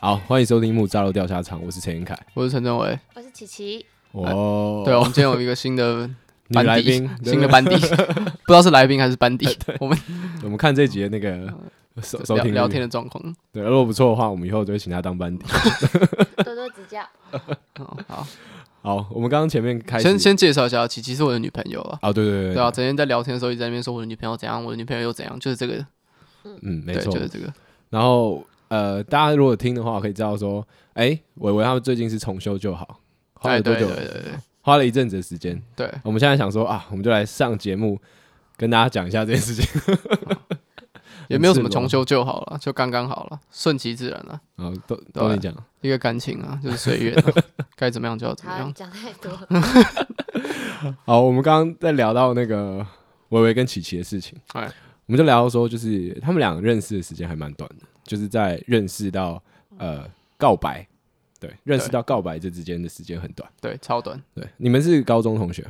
好，欢迎收听木栅路钓虾场，我是陈彦凯。我是陈政伟。我是 琪琪，哦，对，我们今天有一个新的 女班来底 宾，，新的班， 班底，不知道是来宾还是班底。我们我们看这集的那个收收聊听哦聊率天，的状况。对，如果不错的话，我们以后就会请他当班底。多多指教。哦好，好，我们刚刚前面开始，先先介绍一下，琪琪是我的女朋友啊。啊，对对对对啊，，整天在聊天的时候一直在那边说我的女朋友怎样，我的女朋友又怎样，就是这个，嗯，没对，错就。是这个。然后呃，大家如果听的话，可以知道说，哎，伟伟他们最近是重修就好，花哎，了多对对久？对对花了一阵子的时间。对，我们现在想说啊，我们就来上节目跟大家讲一下这件事情 也没有什么重修就好了，就刚刚好了，顺其自然了。啊，都对都啊你讲。一个感情啊，就是随缘 啊，该怎么样就要怎么好，样你。讲太多，好，我们刚刚在聊到那个维维跟琪琪的事情，哎我们就聊到说，就是他们俩认识的时间还蛮短的，就是在认识到呃告白，对，认识对到告白这之间的时间很短。对，超短，对，你们是高中同学，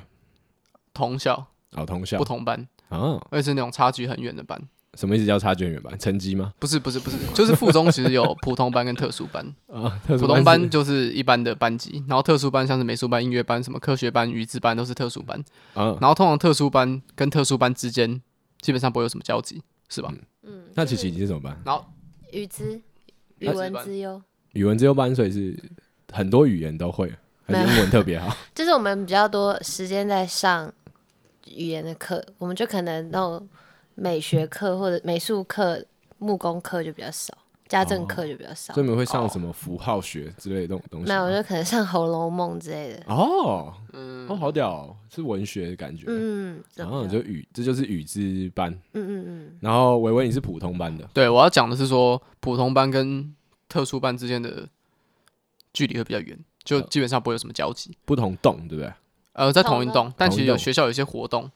同校哦，同校不同班，啊？而且是那种差距很远的班。什么意思叫差距很远吧？成绩吗？不是不是不是，就是附中其实有普通班跟特殊班，啊， 特 普殊通是班就是一般的班级，然后特殊班像是美术班、音乐班、什么科学班、语资班都是特殊班，啊，然后通常特殊班跟特殊班之间基本上不会有什么交集，是吧？嗯，那就琪是琪你是什么班？然后语之语那是文班之优，语文自由班，所以是很多语言都会，还没有是英文特别 好？就是我们比较多时间在上语言的课，我们就可能那种美学课或者美术课、木工课就比较少，家政课就比较少。所以你们会上什么符号学之类的这种东西没吗？有，我就可能上《红楼梦》之类的。哦，嗯哦，好屌、哦，是文学的感觉。嗯，然后你就语，哦这就是语之班。嗯嗯嗯，然后维维你是普通班的，对我要讲的是说普通班跟特殊班之间的距离会比较远，就嗯基本上不会有什么交集。不同栋，对不对？呃，在同同一吗栋，但同其一实有栋学校有一些活动，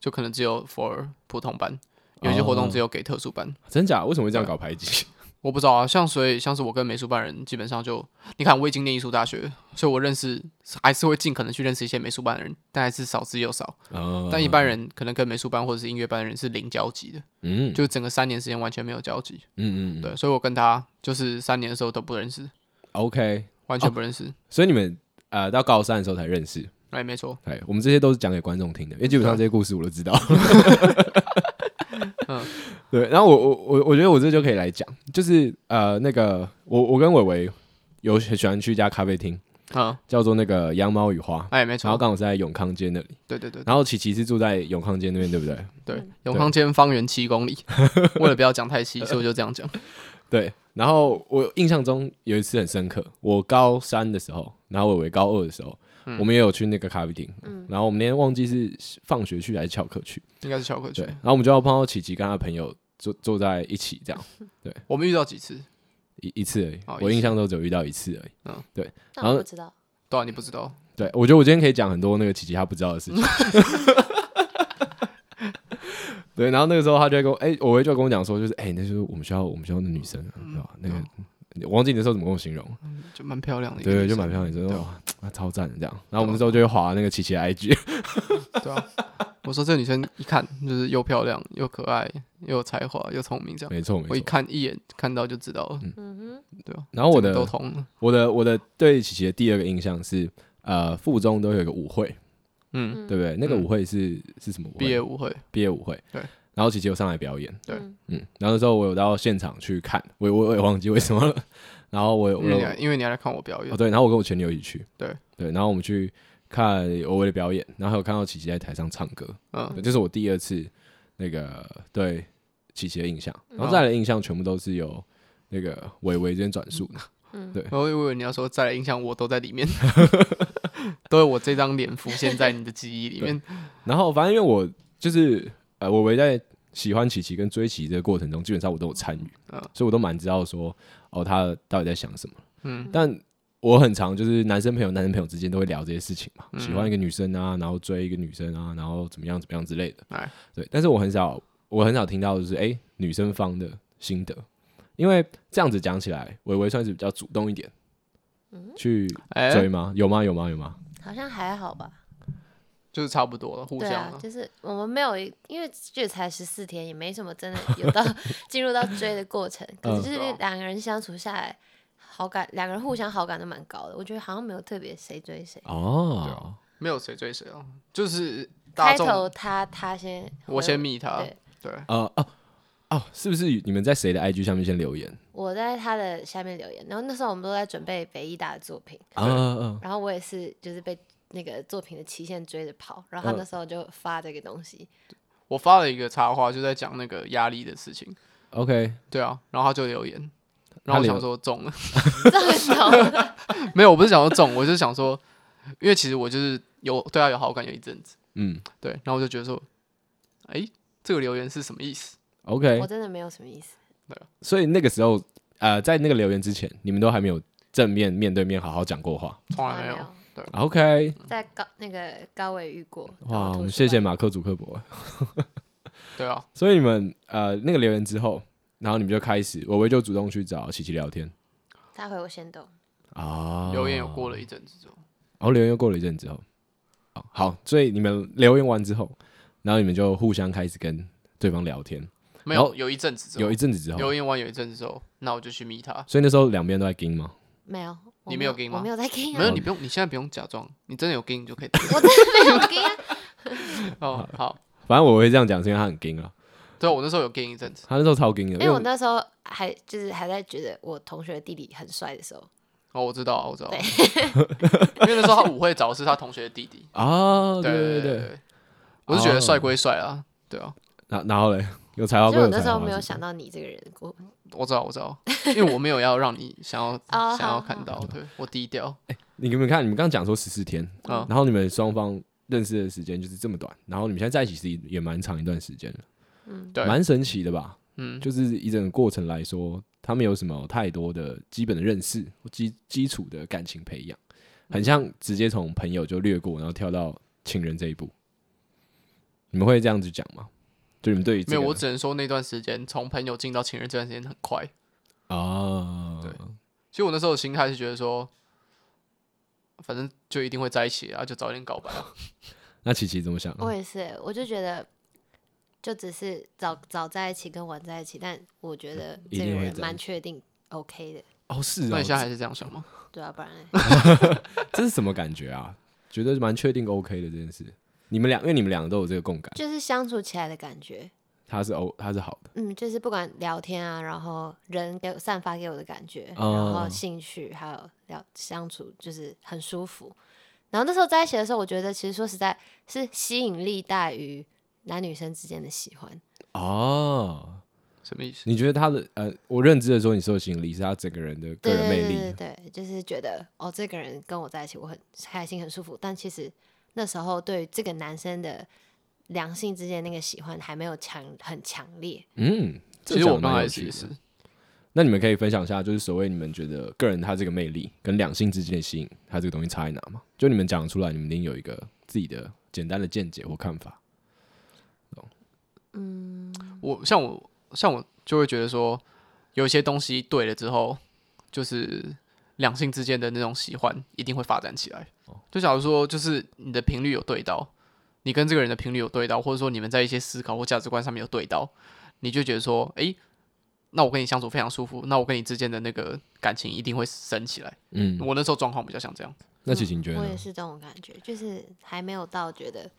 就可能只有 for 普通班，有一些活哦动只有给特殊班。真假？为什么会这样啊搞排挤？我不知道啊，像所以像是我跟美术班人基本上就，你看我已经念艺术大学了，所以我认识还是会尽可能去认识一些美术班的人，但还是少之又少。哦 但一般人可能跟美术班或者是音乐班的人是零交集的，嗯，就整个三年时间完全没有交集。嗯嗯嗯，对，所以我跟他就是三年的时候都不认识， ，OK。完全不认识。所以你们呃到高三的时候才认识，哎、没错，对，我们这些都是讲给观众听的，因为基本啊上这些故事我都知道。嗯 对，然后我我我我觉得我这就可以来讲，就是呃那个我我跟伟伟有很喜欢去一家咖啡厅，嗯，叫做那个羊毛与花，哎、没然后错，刚好是在永康街那里，对对对然后琪琪是住在永康街那边，对不对？对，永康间方圆七公里， 为了不要讲太细，所以我就这样讲。对，然后我印象中有一次很深刻，我高三的时候，然后伟伟高二的时候，我们也有去那个咖啡厅，然后我们那天忘记是放学去还是翘课去，应该是巧克对，力，然后我们就要碰到琪琪跟他的朋友坐坐在一起这样我们遇到几次？一一次而已，哦一次我印象中只有遇到一次而已，但然后我不知道，对啊，你不知道，对我觉得我今天可以讲很多那个琪琪他不知道的事情。 对，然后那个时候他就会跟我，哎、我伟就跟我讲说，就是哎、那就是我们学校我们学校的女生，你知道吧那个，我忘记你那时候怎么跟我形容，就蛮漂亮的一个女对，生。就蛮漂亮，真的哇，啊超赞的这样。然后我们之后就会划那个琪琪的 IG，对啊，我说这女生一看就是又漂亮又可爱又有才华又聪明，这样没错啊我一没错。看一眼看到就知道了，嗯对吧、然后我整个都的通了，我的我的对琪琪的第二个印象是，呃，附中都有一个舞会，嗯，对不对？那个舞会是是什么舞会？毕业舞会，毕业舞会。对。然后琪琪有上来表演，对嗯嗯，然后那时候我有到现场去看，我我我也忘记为什么了。 然后我有我因为有你来因为你要来看我表演哦，对，然后我跟我前女友一起去，对对，然后我们去看我为的表演，然后还有看到琪琪在台上唱歌，嗯，对这是我第二次那个对琪琪的印象，然后再来的印象全部都是由那个伟伟这边转述的。我以为你要说再来印象我都在里 面，都有我这张脸浮现在你的记忆里面，然后反正因为我就是呃，伟伟在喜欢琪琪跟追琪这个过程中，基本上我都有参与，嗯所以我都蛮知道说哦，他到底在想什么。嗯，但我很常就是男生朋友、男生朋友之间都会聊这些事情嘛，嗯喜欢一个女生啊，然后追一个女生啊，然后怎么样怎么样之类的。哎对，但是我很少，我很少听到就是哎、诶女生方的心得，因为这样子讲起来，微微算是比较主动一点，去哎、追吗？有吗？有吗？有吗？好像还好吧。就是差不多了，互对相啊了，，就是我们没有一，因为这才十四天，也没什么真的有到进入到追的过程。可嗯是就是对啊两个人相处下来，好感，两个人互相好感都蛮高的，我觉得好像没有特别谁追谁。哦，没有谁追谁哦，就是大开众头他他先回我先密他，对对，呃哦哦，是不是你们在谁的 IG 下面先留言？我在他的下面留言，然后那时候我们都在准备北医大的作品，啊啊然后我也是就是被那个作品的期限追着跑，嗯然后他那时候就发这个东西，我发了一个插画，就在讲那个压力的事情， ，OK，对啊，然后他就留言，然后我他留想说中了，这么巧， 没有，我不是想说中，我就是想说，因为其实我就是有对啊他有好感有一阵子，嗯对，然后我就觉得说，哎、这个留言是什么意思？ ，OK，我真的没有什么意思。所以那个时候，呃，在那个留言之前，你们都还没有正面面对面好好讲过话。从来没没有，有对， OK，在高那个高伟遇过，嗯然后哇，图我们书谢谢馆马克·祖克伯。对啊，所以你们呃那个留言之后，然后你们就开始，我维就主动去找琪琪聊天他回我先动，啊，留言有过了一阵子之后，然哦后留言又过了一阵之后，好好，所以你们留言完之后，然后你们就互相开始跟对方聊天，没然有，后有一阵子之后有一阵子之后，留言完有一阵子之后，那我就去密他，所以那时候两边都在盯吗？没有，我你没没有 gay 吗我没有在 gay 没有，啊，你不用，你现在不用假装，你真的有 gay 你就可以我真的 没有 gay 啊。哦，好，反正我会这样讲，是因为他很盯啊，对啊，我那时候有 gay 一阵子，他那时候超盯的，因为哎我那时候还就是还在觉得我同学的弟弟很帅的时候，哦，我知道啊，我知道啊， 因为那时候他舞会找的是他同学的弟弟，啊，对对对哦对，对，我是觉得帅归帅啊，对啊，然然后嘞，有才华所归以哦我有那才时华候，没有是嗯想到你这个人过。我知道我知道，因为我没有要让你想要 哦想要好看到，对我低调，你们看，你们刚刚讲说十四天，嗯然后你们双方认识的时间就是这么短，然后你们现在在一起其实也蛮长一段时间了，嗯对蛮神奇的吧？嗯，就是以整个过程来说，他们有什么太多的基本的认识、基基础的感情培养，很像直接从朋友就略过，然后跳到情人这一步。你们会这样子讲吗？就你们对于这没个有，我只能说那段时间从朋友进到情人这段时间很快，啊，对其实我那时候的心态是觉得说，反正就一定会在一起啊，就早一点告白啊，那琪琪怎么想？啊我也是欸，我就觉得就只是早早在一起跟晚在一起，但我觉得嗯一这个定会人在蛮一确定 OK 的，哦，是那哦你，现在还是这样想吗？对啊，不然嘞这是什么感觉啊？觉得蛮确定 OK 的这件事。你们俩，因为你们两个都有这个共感，就是相处起来的感觉。他是 O，他是好的。嗯，就是不管聊天啊，然后人给我散发给我的感觉，然后哦兴趣，还有聊相处，就是很舒服。然后那时候在一起的时候，我觉得其实说实在是吸引力大于男女生之间的喜欢。哦，什么意思？你觉得他的呃，我认知的时候，你说的吸引力是他整个人的个对人对魅对力。对对，就是觉得哦，这个人跟我在一起，我很开心，很舒服。但其实那时候对于这个男生的良性之间那个喜欢还没有强很强烈。嗯，这其实讲我得刚蛮开有始趣也的是，那你们可以分享一下，就是所谓你们觉得个人他这个魅力跟两性之间的吸引，他这个东西差在哪吗？就你们讲得出来，你们一定有一个自己的简单的见解或看法。我像我像我就会觉得说，有一些东西对了之后，就是两性之间的那种喜欢一定会发展起来。就假如说，就是你的频率有对到，你跟这个人的频率有对到，或者说你们在一些思考或价值观上面有对到，你就觉得说，诶，那我跟你相处非常舒服，那我跟你之间的那个感情一定会升起来。嗯，我那时候状况比较像这样，那琪琪你觉得我也呢？是这种感觉，就是还没有到觉得，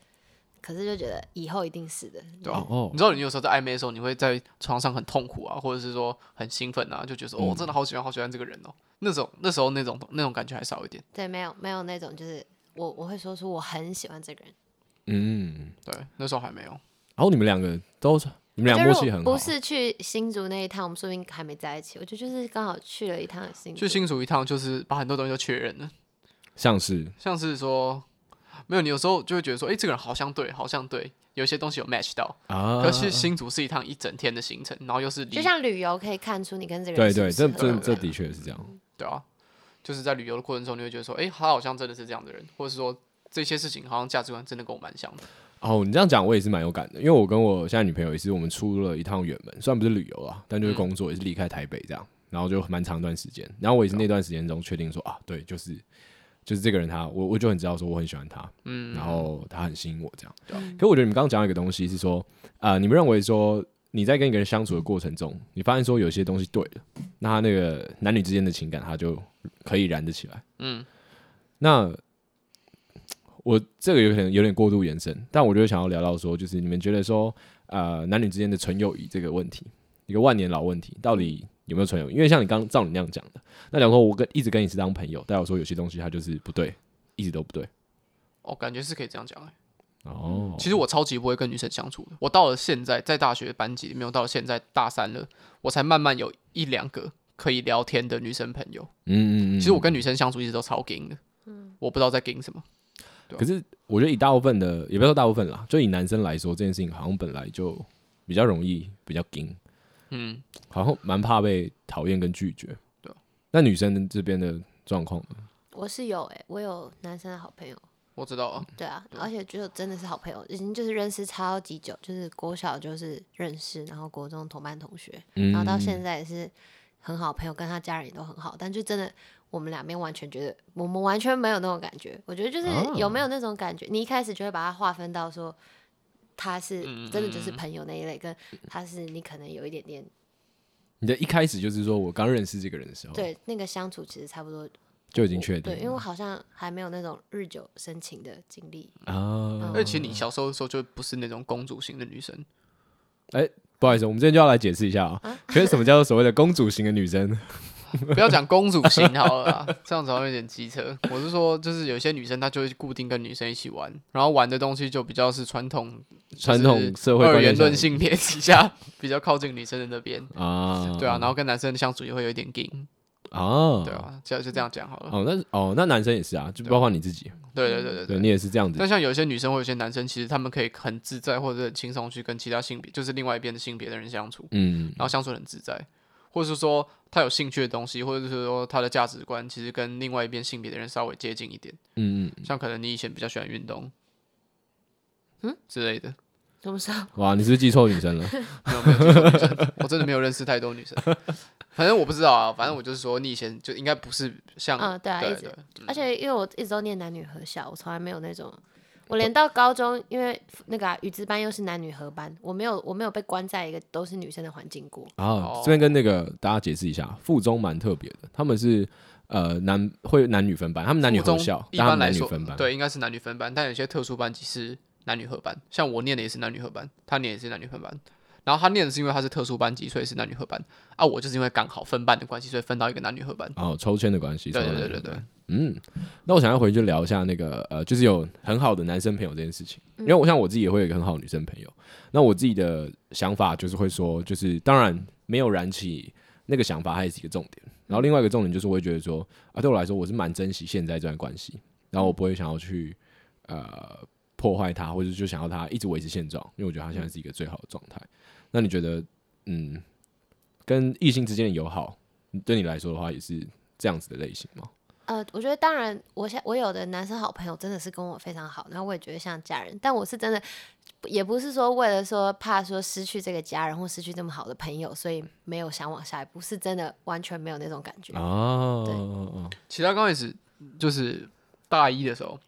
可是就觉得以后一定是的。对吧、哦哦你知道，你有时候在暧昧的时候，你会在床上很痛苦啊，或者是说很兴奋啊，就觉得说，哦，我真的好喜欢，好喜欢这个人哦。那种那时候那种那种感觉还少一点，对，没有没有那种就是我我会说出我很喜欢这个人，嗯，对，那时候还没有。然后你们两个都是，你们俩就默如契果很好不。是去新竹那一趟，我们说不定还没在一起。我觉得就是刚好去了一趟新竹，去新竹一趟，就是把很多东西都确认了，像是像是说，没有，你有时候就会觉得说，哎、这个人好像对，好像对，有一些东西有 match 到。啊，可是去新竹是一趟一整天的行程，然后又是离就像旅游可以看出你跟这个对人对，适这不适合这对这的确是这样。对啊，就是在旅游的过程中，你会觉得说，哎、他好像真的是这样的人，或者是说这些事情好像价值观真的跟我蛮像的。哦，你这样讲我也是蛮有感的，因为我跟我现在女朋友也是，我们出了一趟远门，虽然不是旅游啊，但嗯就是工作，也是离开台北这样，然后就蛮长一段时间。然后我也是那段时间中确定说啊，对，就是就是这个人他，我我就很知道说我很喜欢他，嗯呃嗯，然后他很吸引我这样。可我觉得你们刚刚讲到一个东西是说，啊、你们认为说你在跟一个人相处的过程中，你发现说有些东西对了，那他那个男女之间的情感，他就可以燃得起来。嗯，那我这个有可能有点过度延伸，但我就想要聊到说，就是你们觉得说，呃，男女之间的纯友谊这个问题，一个万年老问题，到底有没有纯友谊？因为像你刚照你那样讲的，那两个我跟一直跟你是当朋友，但我说有些东西它就是不对，一直都不对。哦，感觉是可以这样讲、欸。哦，其实我超级不会跟女生相处的。我到了现在，在大学班级没有到了现在大三了，我才慢慢有一两个可以聊天的女生朋友。嗯嗯嗯。其实我跟女生相处一直都超 gay 的，我不知道在 gay 什么。啊可是我觉得以大部分的，也不要说大部分啦，就以男生来说，这件事情好像本来就比较容易，比较硬，嗯，好像蛮怕被讨厌跟拒绝。对啊那女生这边的状况呢，我是有哎、我有男生的好朋友，我知道啊，嗯对啊，而且就真的是好朋友，已经就是认识超级久，就是国小就是认识，然后国中同班同学，嗯，然后到现在也是很好朋友，跟他家人也都很好，但就真的我们两边完全觉得我们完全没有那种感觉。我觉得就是哦有没有那种感觉，你一开始就会把它划分到说他是嗯真的就是嗯嗯哦朋友那一类，跟他是你可能有一点点你的一开始就是说我刚认识这个人的时候，，对那个相处其实差不多。就已经确定对，了，因嗯为我好像还没有那种日久生情的经历。啊嗯，而且其实你小时候的时候就不是那种公主型的女生，不好意思，我们今天就要来解释一下啊，其实什么叫做所谓的公主型的女生？不要讲公主型好了啦， 这样子好像有点机车。我是说，就是有些女生她就会固定跟女生一起玩，然后玩的东西就比较是传统传统社会二观念元上论性别 底下比较靠近女生的那边。啊，对啊，然后跟男生相处也会有一点 gay，啊，对，啊，就就这样讲好了。哦，那哦，那男生也是啊，就包括你自己，对对对对对对。你也是这样子但像有些女生或有些男生，其实他们可以很自在或者很轻松去跟其他性别，就是另外一边的性别的人相处，嗯，然后相处得很自在，或者是说他有兴趣的东西，或者是说他的价值观其实跟另外一边性别的人稍微接近一点。嗯嗯，像可能你以前比较喜欢运动，嗯之类的，怎么说？哇，你是不是记错女生 了，没有没有接触女生，我真的没有认识太多女生。 反正我不知道啊，反正我就是说，你以前就应该不是像，嗯，对啊，一对直对，而且因为我一直都念男女合校，我从来没有那种，我连到高中，因为那个啊语资班又是男女合班，我没有我没有被关在一个都是女生的环境过。然哦后这边跟那个大家解释一下，附中蛮特别的，他们是呃男会男女分班，他们男女合中校，一但他般来们男女说分班，，对，应该是男女分班，但有些特殊班级是男女合班，像我念的也是男女合班，他念也是男女分班。然后他念的是因为他是特殊班级，所以是男女合班啊。我就是因为刚好分班的关系，所以分到一个男女合班。然后哦抽签的关系，对抽对到对对男女分对班，，嗯，那我想要回去聊一下那个呃，就是有很好的男生朋友这件事情，因为我像我自己也会有一个很好的女生朋友，那我自己的想法就是会说，就是当然没有燃起那个想法，还是一个重点。然后另外一个重点就是，我会觉得说啊，对我来说，我是蛮珍惜现在这段关系，然后我不会想要去呃破坏它，或者就想要它一直维持现状，因为我觉得它现在是一个最好的状态。那你觉得，嗯，跟异性之间的友好，对你来说的话，也是这样子的类型吗？呃，我觉得当然，我现我有的男生好朋友真的是跟我非常好，然后我也觉得像家人，但我是真的也不是说为了说怕说失去这个家人或失去这么好的朋友，所以没有想往下一步，是真的完全没有那种感啊觉。对哦，其他刚开始就是大一的时候，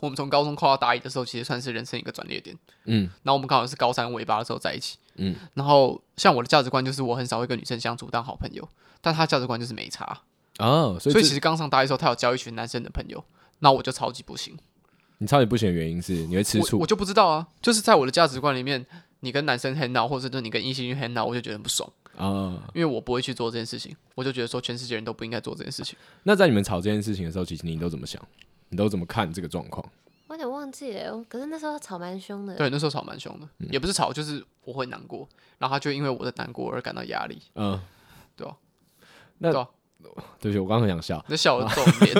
我们从高中跨到大一的时候，其实算是人生一个转捩点。嗯然后我们刚好是高三尾巴的时候在一起。嗯，然后像我的价值观就是我很少会跟女生相处当好朋友，但他价值观就是没差。哦，所以所以这其实刚上大一的时候，他有交一群男生的朋友，那我就超级不行，你超级不行的原因是你会吃我醋我就不知道啊，就是在我的价值观里面，你跟男生 hang out，或者是你跟异性去 hang out，我就觉得很不爽，啊。因为我不会去做这件事情，我就觉得说全世界人都不应该做这件事情。那在你们吵这件事情的时候，其实你都怎么想？你都怎么看这个状况？我有点忘记了，可是那时候吵蛮凶的。对，那时候吵蛮凶的，嗯也不是吵，就是我会难过，然后他就因为我的难过而感到压力，嗯，对啊，那对啊对不起，我刚刚很想笑，那笑得皱 脸，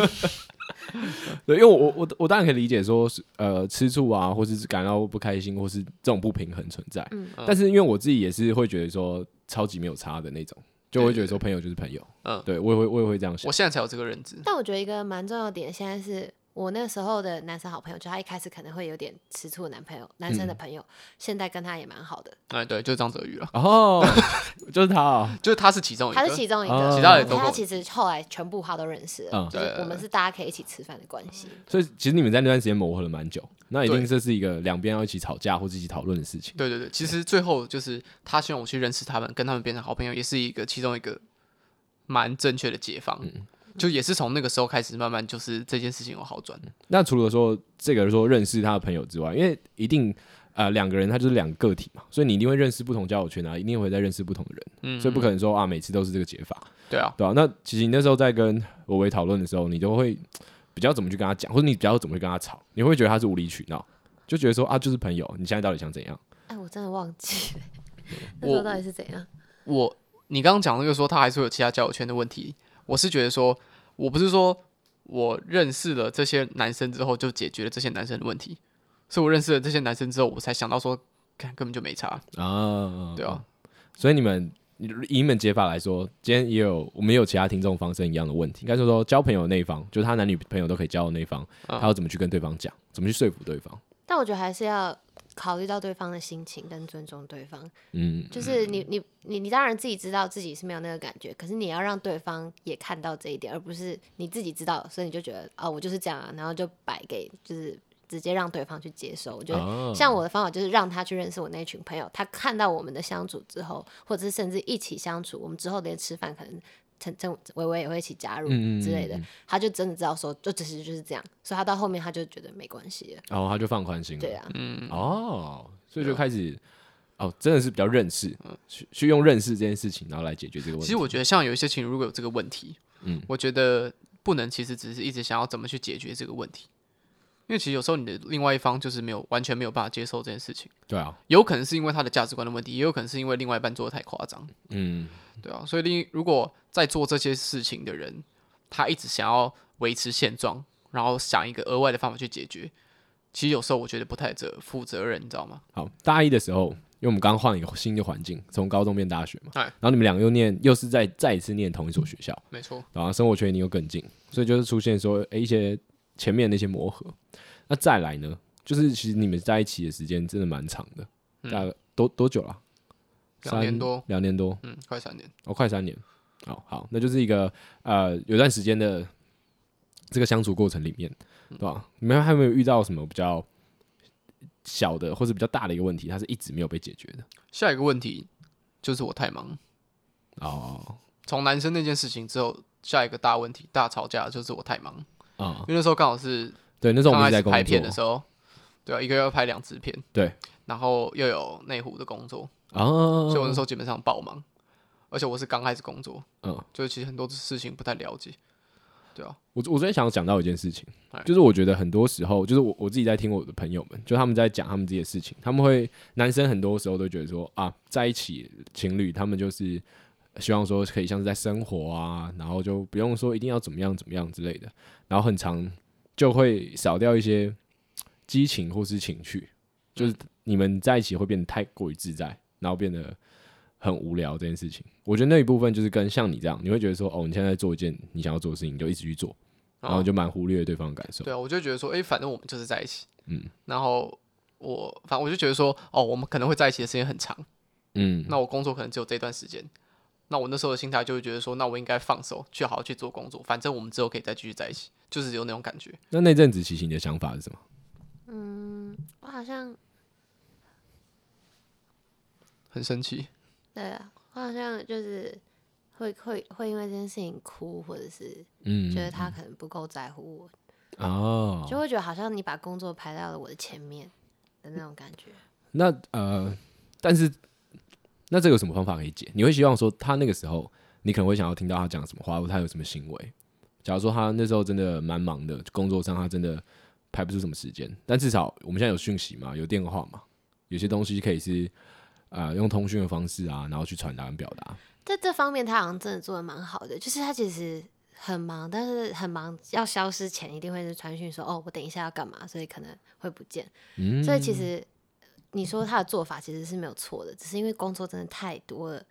对，因为我我我我当然可以理解说是呃吃醋啊，或是感到不开心，或是这种不平衡存在。嗯但是因为我自己也是会觉得说超级没有差的那种，就会觉得说对对对朋友就是朋友。嗯对我也会我也会这样想我。现在才有这个认知，但我觉得一个蛮重要的点，现在是我那时候的男生好朋友，就他一开始可能会有点吃醋的男朋友，男嗯生的朋友，现在跟他也蛮好的，哎，对，就是张泽宇了，哦， 就是他哦，就是他是其中一他是个，其中一哦个，其他也都但他够其实后来全部他都认识了，嗯就是对嗯我们是大家可以一起吃饭的关系。所以其实你们在那段时间磨合了蛮久，那一定对这是一个两边要一起吵架或者一起讨论的事情。对对对，其实最后就是他希望我去认识他们，跟他们变成好朋友，也是一个其中一个蛮正确的解放，就也是从那个时候开始慢慢就是这件事情有好转，那除了说这个说认识他的朋友之外，因为一定呃两个人他就是两个个体嘛，所以你一定会认识不同交友圈啊，一定会再认识不同的人，嗯，所以不可能说啊每次都是这个解法，对啊，对吧、那其实你那时候在跟我维讨论的时候，你都会比较怎么去跟他讲，或者你比较怎么去跟他吵，你会觉得他是无理取闹，就觉得说啊就是朋友，你现在到底想怎样？哎，我真的忘记了那时我候到底是怎样。我你刚刚讲那个说他还是会有其他交友圈的问题，我是觉得说，我不是说我认识了这些男生之后就解决了这些男生的问题，是我认识了这些男生之后，我才想到说，看根本就没差，啊，对啊，所以你们以你们解法来说，今天也有我们也有其他听众发生一样的问题，应该说说交朋友那一方，就是他男女朋友都可以交的那一方，嗯哦他要怎么去跟对方讲，怎么去说服对方？但我觉得还是要考虑到对方的心情跟尊重对方。嗯，就是你你你你当然自己知道自己是没有那个感觉，可是你要让对方也看到这一点，而不是你自己知道，所以你就觉得啊、我就是这样啊，然后就摆给就是直接让对方去接受。我觉得哦像我的方法就是让他去认识我那一群朋友，他看到我们的相处之后，或者是甚至一起相处，我们之后连吃饭可能。陈陈伟伟也会一起加入嗯嗯嗯之类的，嗯嗯他就真的知道说，就其实就是这样，所以他到后面他就觉得没关系了，然哦后他就放宽心了，对啊，哦，所以就开啊始哦，真的是比较认识，去去用认识这件事情，然后来解决这个问题。嗯其实我觉得像有一些情侣如果有这个问题，嗯，我觉得不能其实只是一直想要怎么去解决这个问题，因为其实有时候你的另外一方就是没有完全没有办法接受这件事情，对啊，有可能是因为他的价值观的问题，也有可能是因为另外一半做的太夸张。嗯，对啊，所以另一如果在做这些事情的人，他一直想要维持现状，然后想一个额外的方法去解决，其实有时候我觉得不太责负责任，你知道吗？好，大一的时候，因为我们刚换了一个新的环境，从高中变大学嘛，哎然后你们两个又念，又是在再一次念同一所学校。没错，然后啊生活圈离又更近，所以就是出现说，诶一些前面那些磨合。那再来呢，就是其实你们在一起的时间真的蛮长的，大概多多久了？嗯两年三多，两年多，嗯，快三年，哦，快三年。好好，那就是一个呃，有段时间的这个相处过程里面，嗯对吧？你们还有没有遇到什么比较小的或者比较大的一个问题，它是一直没有被解决的？下一个问题就是我太忙，哦，从男生那件事情之后，下一个大问题大吵架就是我太忙，啊、因为那时候刚好是对，那时候我刚们开一直在始工拍片的作，时候，对啊，一个月要拍两支片，对，然后又有内湖的工作，哦，所以我那时候基本上爆忙，而且我是刚开始工作，嗯，就是其实很多事情不太了解，对啊，我我最近想讲到一件事情哎，就是我觉得很多时候，就是我我自己在听我的朋友们，就他们在讲他们自己的事情，他们会男生很多时候都觉得说啊，在一起情侣他们就是希望说可以像是在生活啊，然后就不用说一定要怎么样怎么样之类的，然后很长就会少掉一些激情或是情趣，就是你们在一起会变得太过于自在，然后变得很无聊这件事情。我觉得那一部分就是跟像你这样，你会觉得说哦，你现在在做一件你想要做的事情，你就一直去做，然后就蛮忽略对方的感受。哦对啊，我就觉得说，哎、反正我们就是在一起，嗯，然后我反正我就觉得说，哦，我们可能会在一起的时间很长，嗯，那我工作可能只有这段时间，那我那时候的心态就会觉得说，那我应该放手去好好去做工作，反正我们之后可以再继续在一起，就是有那种感觉，那那阵子其实你的想法是什么？我好像很生气，对啊，我好像就是会会会因为这件事情哭，或者是嗯觉，得他可能不够在乎我，哦，就会觉得好像你把工作排到了我的前面的那种感觉。那呃，但是那这有什么方法可以解？你会希望说他那个时候，你可能会想要听到他讲什么话，或他有什么行为。假如说他那时候真的蛮忙的，工作上他真的排不出什么时间，但至少我们现在有讯息嘛，有电话嘛，有些东西可以是啊、呃用通讯的方式啊，然后去传达跟表达。在这方面，他好像真的做的蛮好的，就是他其实很忙，但是很忙要消失前一定会是传讯说哦，我等一下要干嘛，所以可能会不见。嗯，所以其实你说他的做法其实是没有错的，只是因为工作真的太多了，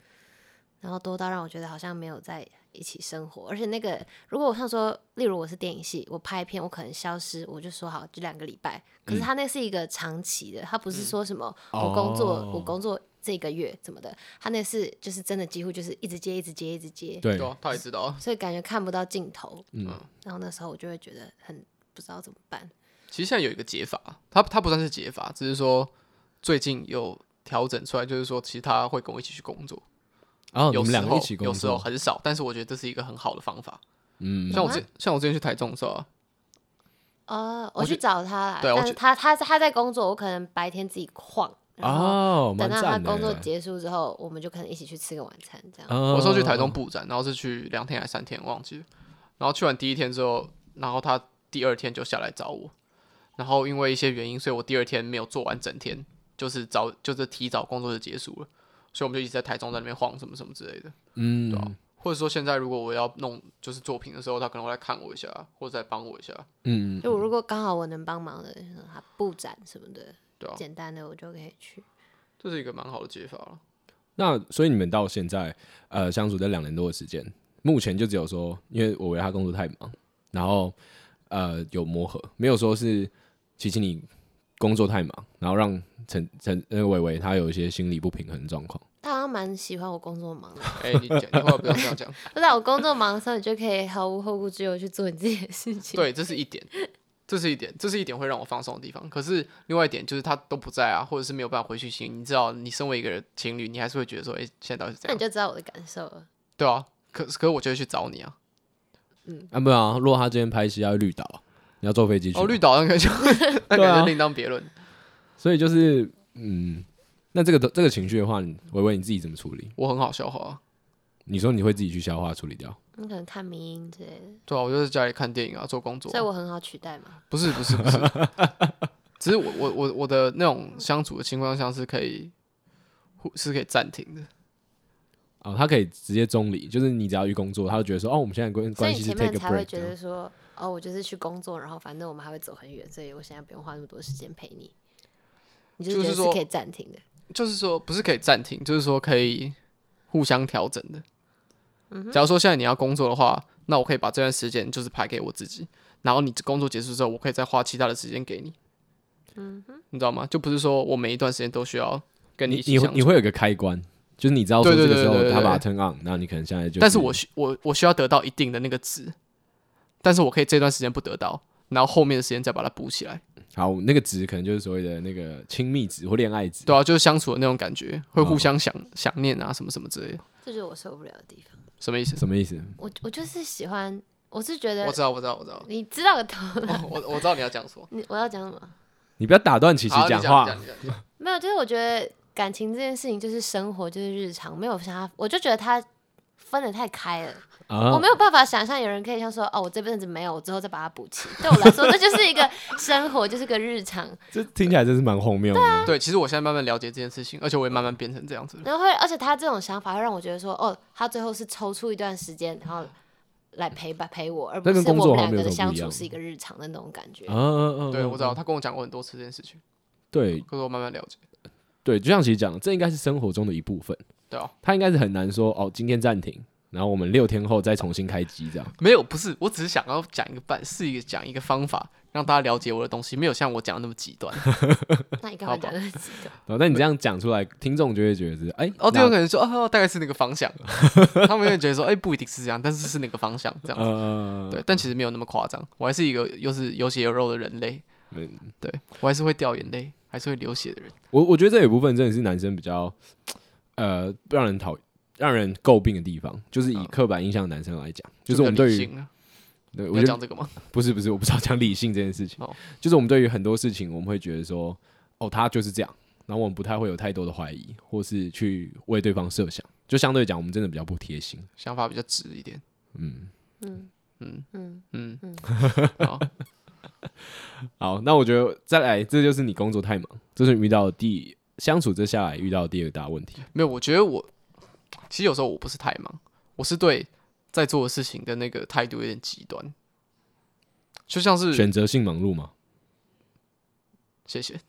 然后多到让我觉得好像没有在一起生活。而且那个，如果我像说，例如我是电影系，我拍片，我可能消失，我就说好就两个礼拜。可是他那是一个长期的，他不是说什么、嗯我工作、哦我工作这个月怎么的，他那是就是真的几乎就是一直接一直接一直接，对对啊，他也知道。所以感觉看不到尽头。嗯然后那时候我就会觉得很不知道怎么办。其实现在有一个解法，它它不算是解法，只是说最近有调整出来，就是说其实他会跟我一起去工作，然后哦你有们时两个候一起工有时候作，很少，但是我觉得这是一个很好的方法。嗯，像我有吗之像我之前去台中的时候啊，哦，我我觉去找他啦，对我但是觉他他他在工作，我可能白天自己晃，然后哦，蛮等到他赞的工作耶。哦结束之后，我们就可能一起去吃个晚餐，这样。我我说去台中布展，然后是去两天还是三天忘记了。然后去完第一天之后，然后他第二天就下来找我，然后因为一些原因，所以我第二天没有做完整天，就是早就是提早工作就结束了，所以我们就一直在台中在那边晃什么什么之类的。嗯，或者说现在如果我要弄就是作品的时候，他可能会来看我一下，或者再帮我一下，嗯，就我如果刚好我能帮忙的，就是他布展什么的，对啊，简单的我就可以去。这是一个蛮好的解法了。那所以你们到现在呃相处这两年多的时间，目前就只有说，因为我为他工作太忙，然后呃有磨合，没有说是琪琪你工作太忙，然后让陈陈那个伟伟他有一些心理不平衡的状况。他好像蛮喜欢我工作忙的， 哎、你讲，你话不要这样讲。不是啊我工作忙的时候，你就可以毫无后顾之忧去做你自己的事情。对，这是一点，这是一点，这是一点会让我放松的地方。可是另外一点就是他都不在啊，或者是没有办法回去心。你知道，你身为一个人情侣，你还是会觉得说，哎、现在到底是怎那样？你就知道我的感受了。对啊，可可是我就会去找你啊。啊，不然啊，如果他今天拍戏要去绿岛，你要坐飞机去吗，哦，绿岛那个就 那对个啊就另当别论。所以就是嗯，那这个这个情绪的话，你伟伟你自己怎么处理？我很好消化啊，你说你会自己去消化处理掉？你可能看迷音之类的，对啊，我就在家里看电影啊，做工作所啊、以我很好取代嘛。不是不是不是，只是我我我我的那种相处的情况下是可以，是可以暂停的。哦，他可以直接中离，就是你只要一工作，他就觉得说，哦，我们现在关所关以你系是前 take 面 a 才会 break 觉这啊得样。说，哦，我就是去工作，然后反正我们还会走很远，所以我现在不用花那么多时间陪你。你就是就觉是得是说可以暂停的，就是说不是可以暂停，就是说可以互相调整的。假如说现在你要工作的话，那我可以把这段时间就是排给我自己，然后你工作结束之后，我可以再花其他的时间给你。嗯你知道吗？就不是说我每一段时间都需要跟一你起你相会处你会有一个开关，就是你知道说对这对个时候对对对他把它对 turn on，然后你可能现在就但是我需我我需要得到一定的那个值，但是我可以这段时间不得到，然后后面的时间再把它补起来。好那个值可能就是所谓的那个亲密值或恋爱值。对啊，就是相处的那种感觉，会哦互相想、想念啊，什么什么之类的。这就是我受不了的地方。什么意思？什么意思？我我就是喜欢，我是觉得我知道，我知道，我知道，哦你知道个头，我我我知道你要讲什么。 你我要讲什么？你不要打断琪琪好，讲你话你。讲你讲你 讲没有，就是我觉得感情这件事情就是生活，就是日常，没有想要，我就觉得它分的太开了，我啊没有办法想象有人可以像说哦，我这辈子没有，我之后再把它补齐。对我来说，这就是 一个生活，就是个日常。这听起来真是蛮荒谬的。对，其啊实我现在慢慢了解这件事情，而且我也慢慢变成这样子了。然后会，而且他这种想法会让我觉得说，哦，他最后是抽出一段时间，然后来陪伴陪我，而不那是跟工作我们好像两没有个的什么相不一样处是一个日常的那种感觉。啊啊啊！对，我知道，啊。他跟我讲过很多次这件事情，对可是我慢慢了解。对，就像琪琪讲的，这应该是生活中的一部分。对啊，他应该是很难说哦，今天暂停，然后我们六天后再重新开机这样。没有，不是，我只是想要讲一个办，是一个讲一个方法，让大家了解我的东西，没有像我讲的那么极 端。那你干嘛好吧讲那几个？然后，哦但你这样讲出来，听众就会觉得是哎，哦，那对方可能说，哦，大概是那个方向， 他们会觉得说，哎，不一定是这样，但是是那个方向这样子。呃，对，但其实没有那么夸张，我还是一个又是有血有肉的人类，嗯对我还是会掉眼泪，还是会流血的人。我我觉得这有一部分真的是男生比较呃让人讨让人诟病的地方，就是以嗯刻板印象的男生来讲，就是我们比较对理于性啊对你我要觉得讲这个吗？不是不是，我不知道讲理性这件事情哦，就是我们对于很多事情我们会觉得说哦他就是这样，然后我们不太会有太多的怀疑或是去为对方设想，就相对讲我们真的比较不贴心，想法比较直一点。嗯。嗯嗯嗯，嗯嗯嗯，好，好，那我觉得再来，这就是你工作太忙，这是你遇到的第相处这下来遇到的第二个大问题。没有，我觉得我其实有时候我不是太忙，我是对在做的事情的那个态度有点极端，就像是选择性忙碌嘛，谢谢。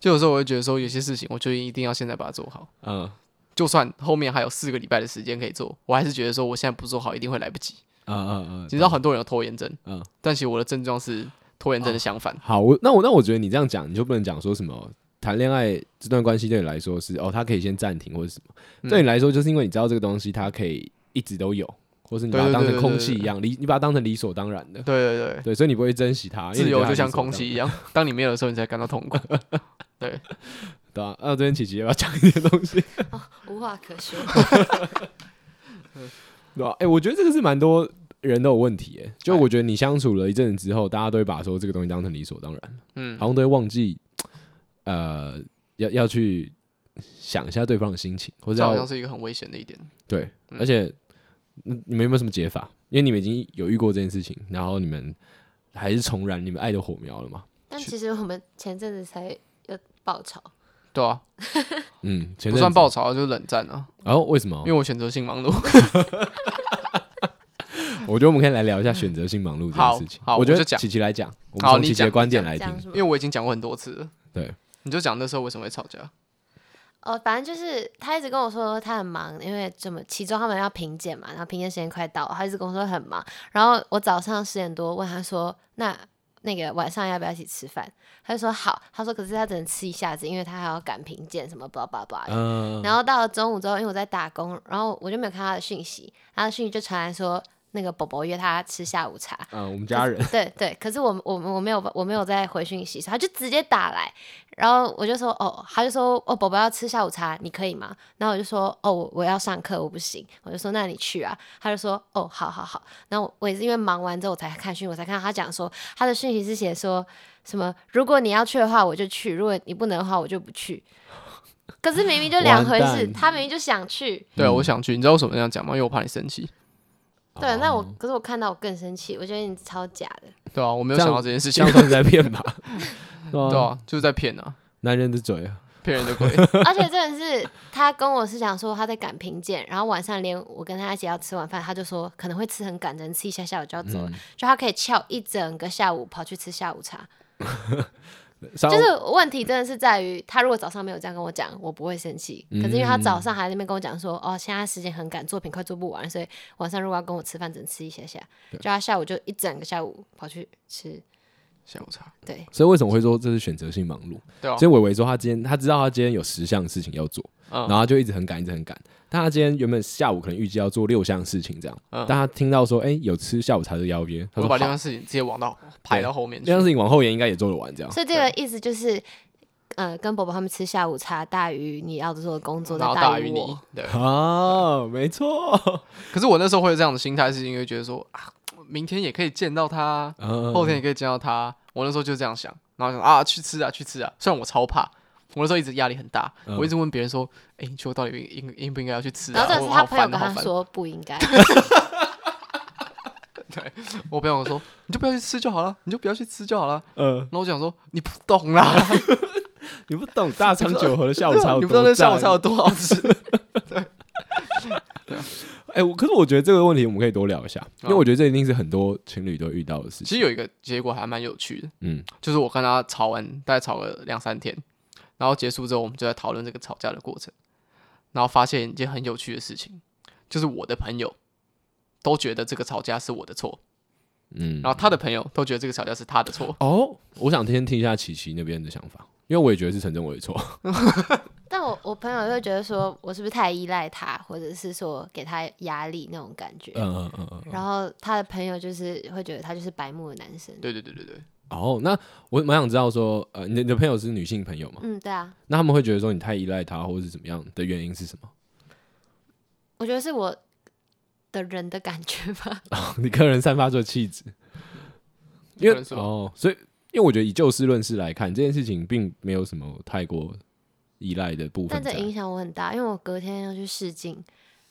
就有时候我会觉得说，有些事情我就一定要现在把它做好，嗯，就算后面还有四个礼拜的时间可以做，我还是觉得说我现在不做好一定会来不及。啊啊啊！你知道很多人有拖延症，嗯哦但其实我的症状是拖延症的相反。好，我那我那我觉得你这样讲，你就不能讲说什么谈恋爱这段关系对你来说是哦，它可以先暂停或者什么，嗯对你来说就是因为你知道这个东西它可以一直都有，或是你把它对对当对成空对对气对一样，理你把它当成理所当然的，对对对，对，所以你不会珍惜它，啊因为自你由觉得它就像理所空气当一样，当你没有的时候，你才感到痛苦。然，对啊，那这边琪琪要不要讲一些东西？无话可 说。对吧、哎、我觉得这个是蛮多人都有问题、哎，就哎我觉得你相处了一阵子之后，大家都会把说这个东西当成理所当然，嗯好，像都会忘记，呃，要要去想一下对方的心情，或者这好要像是一个很危险的一点。对，嗯而且嗯你们有没有什么解法？因为你们已经有遇过这件事情，然后你们还是重燃你们爱的火苗了嘛？但去其实我们前阵子才有爆炒，对啊，嗯，前不算爆。爆炒，就是冷战啊，然后、为什么因为？我选择性忙碌。我觉得我们可以来聊一下选择性忙碌这件好事情。好我觉我就得讲琪琪来讲，我们好从你琪琪的讲观点讲来听讲。什么因为我已经讲过很多次了。对，你就讲那时候为什么会吵架。哦，反正就是他一直跟我说他很忙，因为怎么其中他们要评鉴嘛，然后评鉴时间快到了，他一直跟我说很忙。然后我早上十点多问他说，那那个晚上要不要一起吃饭？他就说好，他说可是他只能吃一下子，因为他还要赶评鉴什么 blah blah blah 的。嗯，然后到了中午之后，因为我在打工，然后我就没有看他的讯息，他的讯息就传来说那个宝宝约他吃下午茶，嗯，我们 家人， 对对，可是我我我没有我没有在回讯息，他就直接打来，然后我就说哦，他就说哦，宝宝要吃下午茶，你可以吗？然后我就说哦，我我要上课，我不行。我就说那你去啊，他就说哦，好好好。然后我我也是因为忙完之后我才看讯，我才看到他讲说他的讯息是写说什么，如果你要去的话我就去，如果你不能的话我就不去。可是明明就两回完事，蛋他明明就想去，对嗯啊，我想去，你知道为什么这样讲吗？因为我怕你生气。对，那我哦可是我看到我更生气，我觉得你超假的。对啊，我没有这想样到这件事这情样。算是在骗吧？ 对对，啊，就是在骗啊，男人的嘴啊，骗人的 鬼。 而且真的是，他跟我是讲说他在赶评鉴，然后晚上连我跟他一起要吃晚饭，他就说可能会吃很赶，只能吃一下下午就要嗯走了，就他可以翘一整个下午跑去吃下午茶。啊稍就是问题真的是在于，他如果早上没有这样跟我讲，我不会生气。可是因为他早嗯上还在那边跟我讲说，哦，现在时间很赶，作品快做不完，所以晚上如果要跟我吃饭，只能吃一下下，就他下午就一整个下午跑去吃。下午茶。对，所以为什么会说这是选择性忙碌？对啊所以伟伟说他今天他知道他今天有十项事情要做，嗯然后他就一直很赶，一直很赶。但他今天原本下午可能预计要做六项事情这样，嗯但他听到说哎、有吃下午茶的邀约，他我说就把好这件事情直接往到排到后面去这件。事情往后延应该也做得完这哦样。所以这个意思就是，呃，跟伯伯他们吃下午茶大于你要做的工作，再然后大大于我你。，对。 好、没错，可是我那时候会有这样的心态，是因为觉得说啊，明天也可以见到他，后后天也可以见到他。我那时候就这样想，然后想啊，去吃啊，去吃啊。虽然我超怕，我那时候一直压力很大，嗯我一直问别人说，哎、你去我到底应应应不应该要去吃然啊？后这我是好他朋友烦跟啊，好他烦。说不应 该，我朋友说，你就不要去吃就好了，你就不要去吃就好了。呃，然后我想说，你不懂啦，你不懂大昌九和的 下午茶有多赞， 你不知道那下午茶有多好吃。 哎、我可是我觉得这个问题我们可以多聊一下，嗯因为我觉得这一定是很多情侣都遇到的事其情。实有一个结果还蛮有趣的，嗯，就是我跟他吵完，大概吵了两三天，然后结束之后，我们就在讨论这个吵架的过程，然后发现一件很有趣的事情，就是我的朋友都觉得这个吵架是我的错，嗯，然后他的朋友都觉得这个吵架是他的错。哦，我想先听一下琪琪那边的想法，因为我也觉得是陈真伟的错。但我我朋友就会觉得说我是不是太依赖他，或者是说给他压力那种感觉。嗯嗯嗯嗯。然后他的朋友就是会觉得他就是白目的男生。对对对对对，哦，那我蛮想知道说，呃，你的你的朋友是女性朋友嘛？嗯，对啊，那他们会觉得说你太依赖他，或者是怎么样的原因是什么？ 我觉得是我的人的感觉 吧。你个人散发出的气质，因有为人说哦，所以因为我觉得以就事论事来看，这件事情并没有什么太过依赖的部但分这在。影响我很大，因为我隔天要去试镜，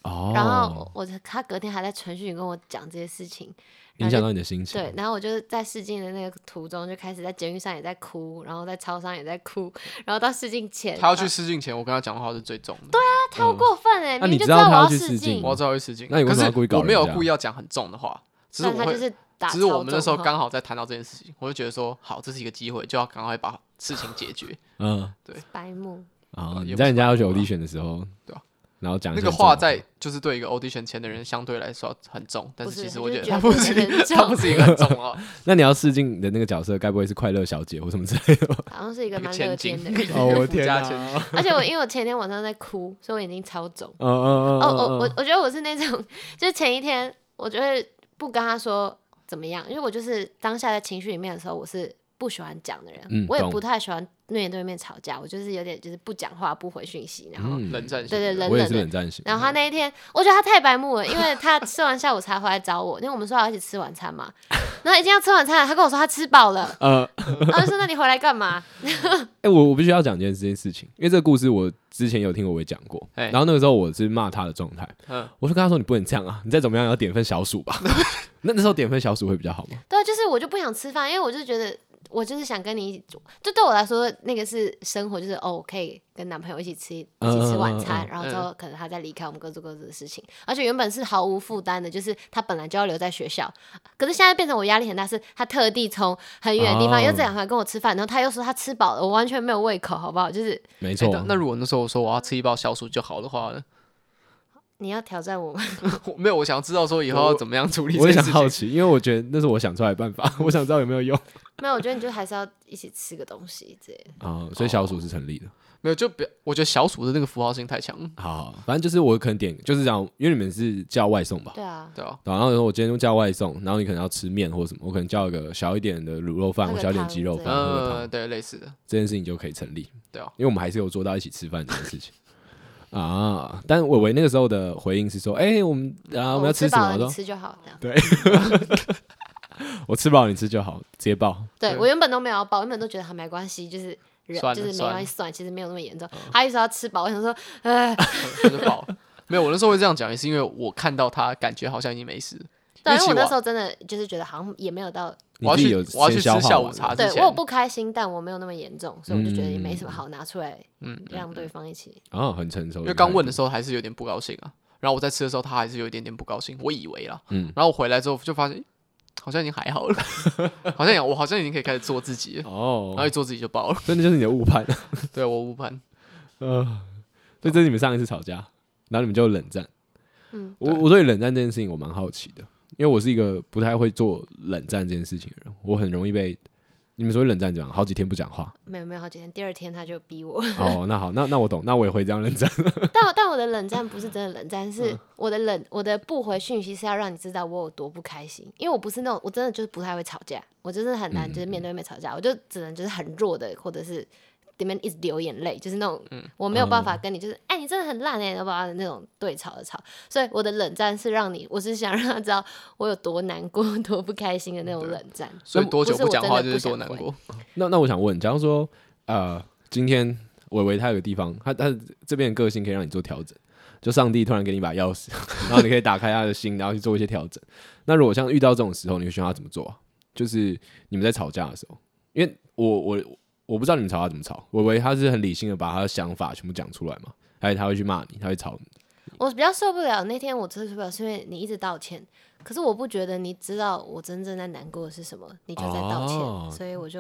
哦，然后我他隔天还在传讯跟我讲这些事情，影响到你的心情。啊对，然后我就是在试镜的那个途中就开始在监狱上也在哭，然后在超商也在哭，然后到试镜前他要去啊试镜前，我跟他讲话是最重的。对啊，他超过分哎、嗯那明你明就知道我他要要去试试镜镜我，知道会试镜，那你为可什么是要故意搞我没有人家故意要讲很重的话，只是但我他会就，是打只是我超们那时候重的刚好在谈到这件事情，我就觉得说，好，这是一个机会，就要赶快把事情解决。嗯，话白目，啊、也你不在是人家要白求目啊 audition 的时候，对啊然后讲一那些个很话重要的在就是对一个 audition 签的人相对来说很重，但不是是其实他我就觉得觉它得不不是一 是个很它不是一个很重哦，那你要试镜的那个角色，该不会是快乐小姐或什么之类 的吧？好像是一个一个蛮乐千金天 的人。哦我附天加哪千金 而且我因为我前天晚上在哭，所以我眼睛超肿。嗯嗯嗯哦，我嗯我嗯我觉得我是那种， 就是前一天我就会不跟他说怎么样，因为我就是当下在情绪里面的时候，我是不喜欢讲的人，嗯我也懂不太喜欢面对面吵架，我就是有点就是不讲话、不回讯息，然后、 嗯冷战型的，对对冷我也冷是的冷战型。然后他那一天，我觉得他太白目了，因为他吃完下午茶回来找我，因为我们说要一起吃晚餐嘛， 然后已经要吃晚餐了，他跟我说他吃饱了，呃，然后就说那你回来干嘛？哎、我我必须要讲一件这件事情，因为这个故事我之前有听我也讲过，哎然后那个时候我是骂他的状态，嗯我就跟他说你不能这样啊，你再怎么样也要点份小薯吧。 那那时候点份小薯会比较好吗？对啊，就是我就不想吃饭，因为我就觉得我就是想跟你一起住，就对我来说，那个是生活，就是哦，我可以跟男朋友一起吃一起吃晚餐，然后之后可能他再离开，我们各做各自的事情。而且原本是毫无负担的，就是他本来就要留在学校，可是现在变成我压力很大，是他特地从很远的地方哦又再回来跟我吃饭，然后他又说他吃饱了，我完全没有胃口，好不好？就是没哎错、啊那那如果那时候我说我要吃一包小薯就好的话呢， 你要挑战我吗？ 我没有，我想要知道说以后要怎么样处理我这也件想事好情。奇，因为我觉得那是我想出来的办法，我想知道有没有用没有，我觉得你就还是要一起吃个东西之类的。啊、所以小薯是成立的。没有，就不要，我觉得小薯的那个符号性太强了，好好，反正就是我可能点就是这样，因为你们是叫外送吧。对啊，对 啊，对啊然后我今天就叫外送，然后你可能要吃面或什么，我可能叫一个小一点的卤肉饭喝或个小一点汤鸡肉饭，对喝个汤呃，对，类似的，这件事情就可以成立。对啊，因为我们还是有做到一起吃饭这件事情 啊。但伟伟那个时候的回应是说：“哎、我们啊，我们要吃吃什饱么？”我了你说吃就好，这样。：“我吃饱你吃就好，直接报。对对我原本都没有要报，原本都觉得还没关系，就是人算了就是没算了嗯关系，算了其实没有那么严重。他一直要吃饱，我想说， 呃，我就饱了。没有，我那时候会这样讲，也是因为我看到他感觉好像已经没事了。对，因为因为其我实那我时候真的就是觉得好像也没有到，”你我要自己去有我要去先吃消化下午完茶了啊之对前我有不开心，但我没有那么严重，所以我就觉得也没什么好拿出来，嗯，让对方一起。啊，很成哦熟。因为刚问的时时候还是有点不高兴啊。然后我在吃的时候，他还是有一点点不高兴，我以为啦。嗯然后我回来之后就发现，好像已经还好了， 好像也我好像已经可以开始做自己了。候然后哦一，做自己就 爆了，真的就是你的误判。 对我误判。嗯，所以这是你们上一次吵架，然后你们就冷战。嗯，我对我对冷战这件事情我蛮好奇的，因为我是一个不太会做冷战这件事情的人，我很容易被你们所谓冷战怎样，好几天不讲话。没有没有好几天，第二天他就逼我，哦，那好，那那我懂，那我也会这样冷战。 但但我的冷战不是真的冷战，嗯是我的冷我的不回讯息是要让你知道我有多不开心，因为我不是那种我真的就是不太会吵架，我就是很嗯难就是面对面吵架，我就只能就是很弱的或者是里面一直流眼泪，就是那种、嗯我没有办法跟你就是哎、你真的很烂哎、欸，要不要那种对吵的吵，所以我的冷战是让你我是想让他知道我有多难过 多不开心的那种冷战，所以多久不是我讲话就是真的多不难想回过。那那我想问，假如说呃，今天伟伟他有个地方，他他这边的个性可以让你做调整，就上帝突然给你把钥匙， 然后你可以打开他的心，然后去做一些调整。那如果像遇到这种时候，你会希望他怎么做、啊？就是你们在吵架的时候，因为我我我不知道你们吵架怎么吵，伟伟他是很理性的把他的想法全部讲出来嘛，还有他会去骂你，他会吵你。我比较受不了那天我最受不了，是因为你一直道歉，可是我不觉得你知道我真正在难过的是什么，你就在道歉，哦所以我就、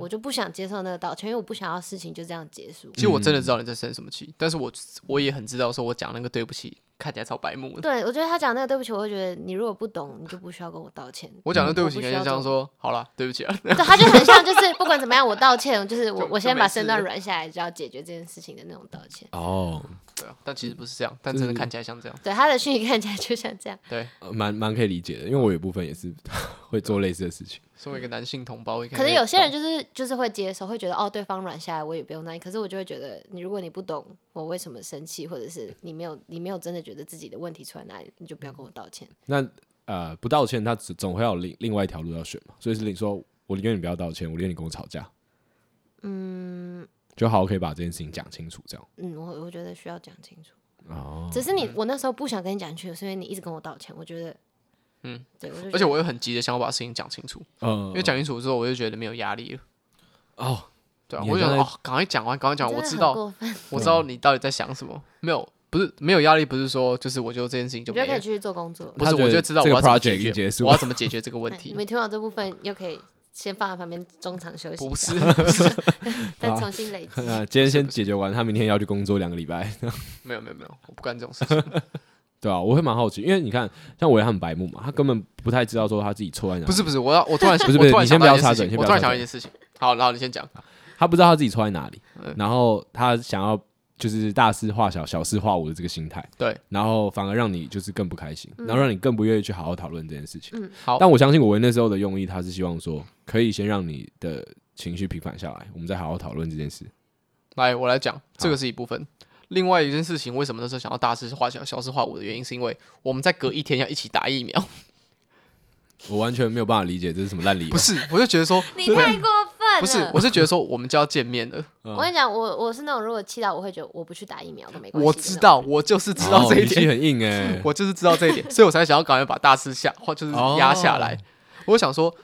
我就不想接受那个道歉，因为我不想要事情就这样结束。其实我真的知道你在生什么气，但是我我也很知道，说我讲那个对不起，看起来超白目的。对，我觉得他讲那个对不起，我会觉得你如果不懂，你就不需要跟我 道歉。我讲的对不起，我不感需觉要像说好了，对不起啊。 对，他就很像就是不管怎么样，我道歉，就是我就我先就没把事身段了软下来，就要解决这件事情的那种道歉。哦，对啊，但其实不是这样，但真的看起来像这样。对，他的讯息看起来就像这样。对，呃蛮蛮可以理解的，因为我有部分也是 会做类似的事情。身为一个男性同胞，可能有些人就就是就是会接受，会觉得哦，对方软下来，我也不用那。可是我就会觉得，你如果你不懂我为什么生气，或者是你没有你没有真的觉得自己的问题出在哪里，你就不要嗯跟我道歉。那呃，不道歉，他总总会要有另另外一条路要选嘛。所以是你说，我宁愿你不要道歉，我宁愿你跟我吵架。嗯，就好好可以把这件事情讲清楚，这样。嗯，我我觉得需要讲清楚。哦，只是你，我那时候不想跟你讲清楚，是因为你一直跟我道歉，我觉得，嗯，对，我就而且觉得我又很急的想要把事情讲清楚，嗯，因为讲清楚之后，我就觉得没有压力了。哦，对啊，你我就想好像哦，赶快讲完，赶快讲完，你我真的知道，很过分，我知道你到底在想什么。没有，不是没有压力，不是说就是我就这件事情你就就没可以了，继续做工作。不他是觉我得就知道这我个要怎么 project 已解经结决，束我要怎么解决这个问 哎你题。没听到这部分又可以先放在旁边中场休息，不是啊但重新累积。那今天先解决完，他明天要去工作两个礼拜， 没有没有没有，我不干这种事情。对啊，我会蛮好奇，因为你看，像我也很白目嘛，他根本不太知道说他自己错在哪里，不是不是，我要我突然不是不是我突然你想先不到要一件插事嘴情，先我不要突然插想到一件事情。好，然后你先讲。他不知道他自己错在哪里，嗯然后他想要就是大事化小，小事化无的这个心态，对，嗯然后反而让你就是更不开心，然后让你更不愿意去好好讨论这件事情。嗯好但我相信我那时候的用意，他是希望说可以先让你的情绪平反下来，我们再好好讨论这件事。来，我来讲，这个是一部分。另外一件事情，为什么那时候想要大事化小，小事化无的原因，是因为我们在隔一天要一起打疫苗。我完全没有办法理解这是什么烂理由 不。是，我就觉 得说，你太过分了！不是，我是觉得说我们就要见面了。我跟你讲，我我是那种如果气到我会觉得我不去打疫苗都没关系。我知，道，我就是知道这一哦脾气点，很硬哎、我就是知道这一点，所以我才想要赶快把大事下，或就是压哦下来。我想说，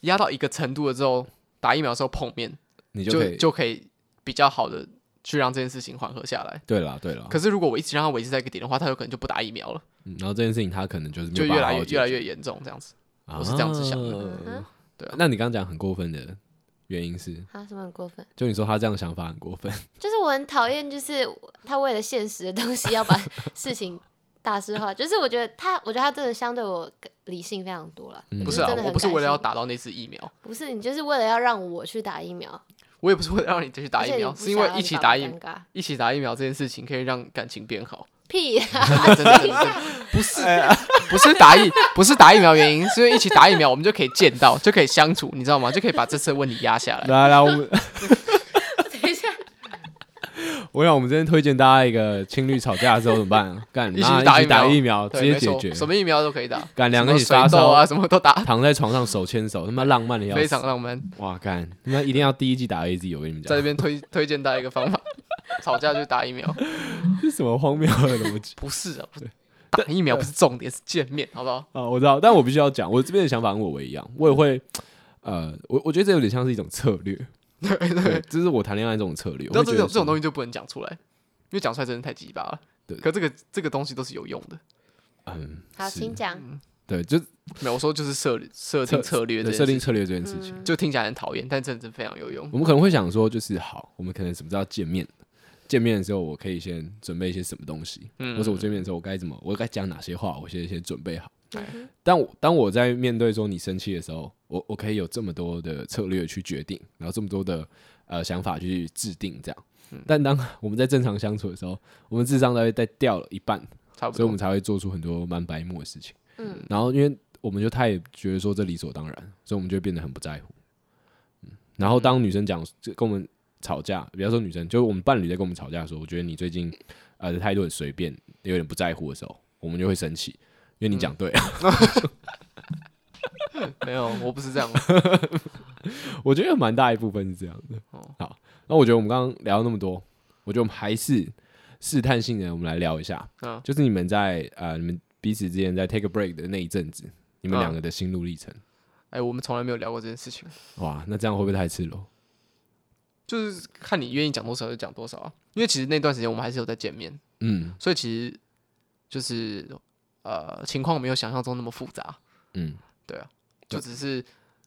压到一个程度了之后，打疫苗的时候碰面，你就可就以就可以比较好的去让这件事情缓和下来。对了对了、可是如果我一直让它维持在一个点的话，它有可能就不打疫苗了，嗯然后这件事情他可能就是没就有办越法来好越好解越来决越严重这样子。啊我是这样子想的嗯对啊那你刚刚讲很过分的原因是，啊，什么很过分？就你说他这样想法很 过分，就是我很讨厌，就是他为了现实的东西要把事情大事化，就是我觉得他，我觉得他真的相对我理性非常多了。嗯我不就是啊真的，我很不是感为了要性，打到那次疫苗，不是你就是为了要让我去打疫苗，我也不是为了让你继续打而疫且你苗，不是因想为让一你起把打我疫尴尬一起打疫苗这件事情可以让感情变好。 屁啊啦，真的真的真的不是哎啊不是打疫 不是打疫苗原因，是因为一起打疫苗我们就可以见到，就可以相处，你知道吗？就可以把这次的问题压下 来。来来，我们 等一下，我想我们今天推荐大家一个情侣吵架的时候怎么办、 啊？干，一起妈去打一起打疫疫苗，直对，接没解错决。什么疫苗都可以打，干两什个么一起发水痘烧啊，什么都打，躺在床上手牵手，他妈浪漫的 要非死常。浪 漫。哇，干，他妈一定要第一季打 A Z，我跟你们在讲这，边推推荐大家一个方法， 吵架就打疫苗，这 是什么荒谬的逻辑 不是啊，不是打疫苗不是重点，是见面，好不好？啊？我知道，但我必须要讲，我这边的想法跟我为一样，我也会，呃，我我觉得这有点像是一种策略， 对对对，这是我谈恋爱这种策你略。知道这种这种东西，西就不能讲出来，因为讲出来真的太鸡巴了。对可这个这个东西都是有用的。嗯，好，是请讲。对，就没有，我说就是设设定策策略这件对设定事情策略这件事情。嗯就听起来很讨厌，但真的是非常有用。我们可能会想说，就是好，我们可能什么时候要见面？见面的时候，我可以先准备一些什么东西，嗯或者我见面的时候，我该怎么，我该讲哪些话，我先先准备好。嗯哼但我当我在面对说你生气的时候，我我可以有这么多的策略去决定，然后这么多的呃想法去制定这样。但当我们在正常相处的时候，我们智商大概再掉了一半，差不所以我们多。才会做出很多蛮白目的事情。嗯然后因为我们就太觉得说这理所当然，所以我们就变得很不在乎。嗯，然后当女生讲就跟我们吵架，比方说女生，就是我们伴侣在跟我们吵架的时候，我觉得你最近呃的态度很随便，有点不在乎的时候，我们就会生气，因为你讲对 了。 没有，我不是这样。我觉得有蛮大一部分是这样的。哦好，那我觉得我们刚刚聊了那么多，我觉得我们还是试探性的，我们来聊一下，嗯就是你们在呃你们彼此之间在 take a break 的那一阵子，你们嗯两个的心路历程。哎，我们从来没有聊过这件事情，哇，那这样会不会太赤裸？就是看你愿意讲多少就讲多少啊。因为其实那段时间我们还是有在见面，嗯所以其实就是呃情况没有想象中那么复杂，啊嗯就只是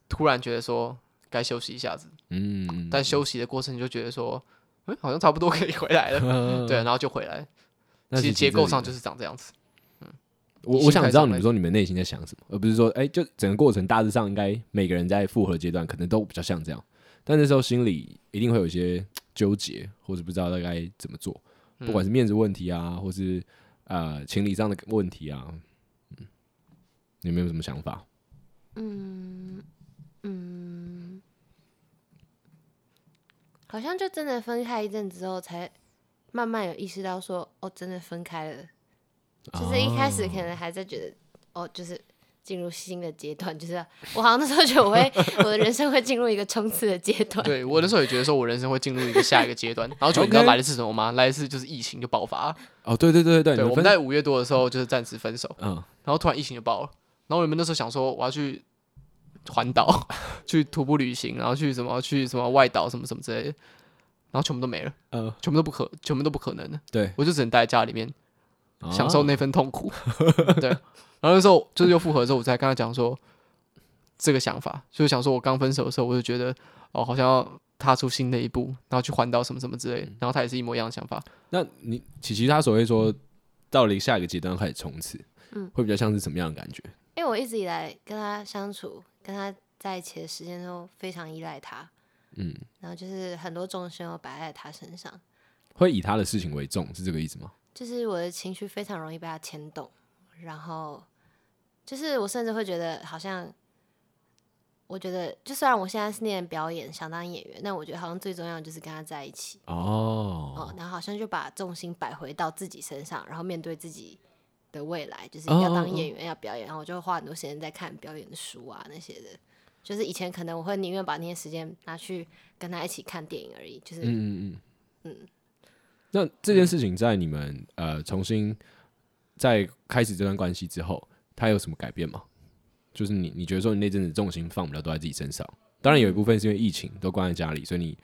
突然觉得说该休息一下子，嗯，嗯但休息的过程你就觉得说，哎，好像差不多可以回来了，对，啊然后就回来。那其实结这构里上就是长这样子。我心我想态知道上你来们说你们内心在想什么，而不是说，哎、就整个过程大致上应该每个人在复合阶段可能都比较像这样，但那时候心里一定会有一些纠结，或者不知道大概怎么做，不管是面子问题啊，嗯或是呃情理上的问题啊，嗯，你们有什么想法？嗯，嗯，好像就真的分开一阵子之后，才慢慢有意识到说，哦，真的分开了。就是一开啊始可能还在觉得，哦，就是进入新的阶段，就是我好像那时候觉得我会，我的人生会进入一个冲刺的阶段。对我那时候也觉得说，我人生会进入一个下一个阶段，然后就你知道 OK 来的是什么吗？来的是就是疫情就爆发。哦，对对对对，对你我们分在五月多的时候就是暂时分手，嗯然后突然疫情就爆了，然后我们那时候想说我要去环岛， 去徒步旅行，然后去什么去什么外岛什么什么之类的，然后全部都没了，呃全部都不可，全部都不可能的，对，我就只能待在家里面享受啊 那份痛苦。对，然后那时候就是又复合之后，我才跟他讲说，这个想法，就是想说我刚分手的时候，我就觉得哦，好像要踏出新的一步，然后去环岛什么什么之类嗯的。然后他也是一模一样的想法，那你其其实他所谓说到了下一个阶段开始冲刺，嗯，会比较像是什么样的感觉？因为我一直以来跟他相处、跟他在一起的时间都非常依赖他，嗯，然后就是很多重心都摆在他身上，会以他的事情为重，是这个意思吗？就是我的情绪非常容易被他牵动，然后就是我甚至会觉得好像，我觉得就虽然我现在是念表演，想当演员，但我觉得好像最重要的就是跟他在一起哦哦，，然后好像就把重心摆回到自己身上，然后面对自己的未来，就是哦要哦当哦演员，要表演，然后我就会花很多时间在看表演的书啊那些的。就是以前可能我会宁愿把那些时间拿去跟他一起看电影而已，就是、嗯嗯嗯嗯。那这件事情在你们呃重新在开始这段关系之后，它有什么改变吗？就是你你觉得说你那阵子重心放不了都在自己身上，当然有一部分是因为疫情都关在家里，所以你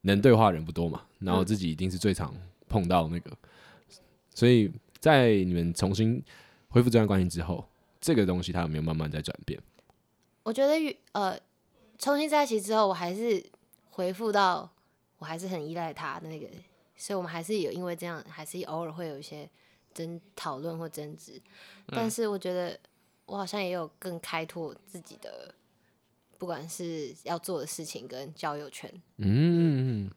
能对话的人不多嘛，然后自己一定是最常碰到那个，所以在你们重新恢复这段关系之后，这个东西它有没有慢慢在转变？我觉得与呃重新在一起之后，我还是回复到我还是很依赖他的那个，所以我们还是有因为这样，还是偶尔会有一些争讨论或争执。嗯但是我觉得我好像也有更开拓自己的，不管是要做的事情跟交友圈。嗯，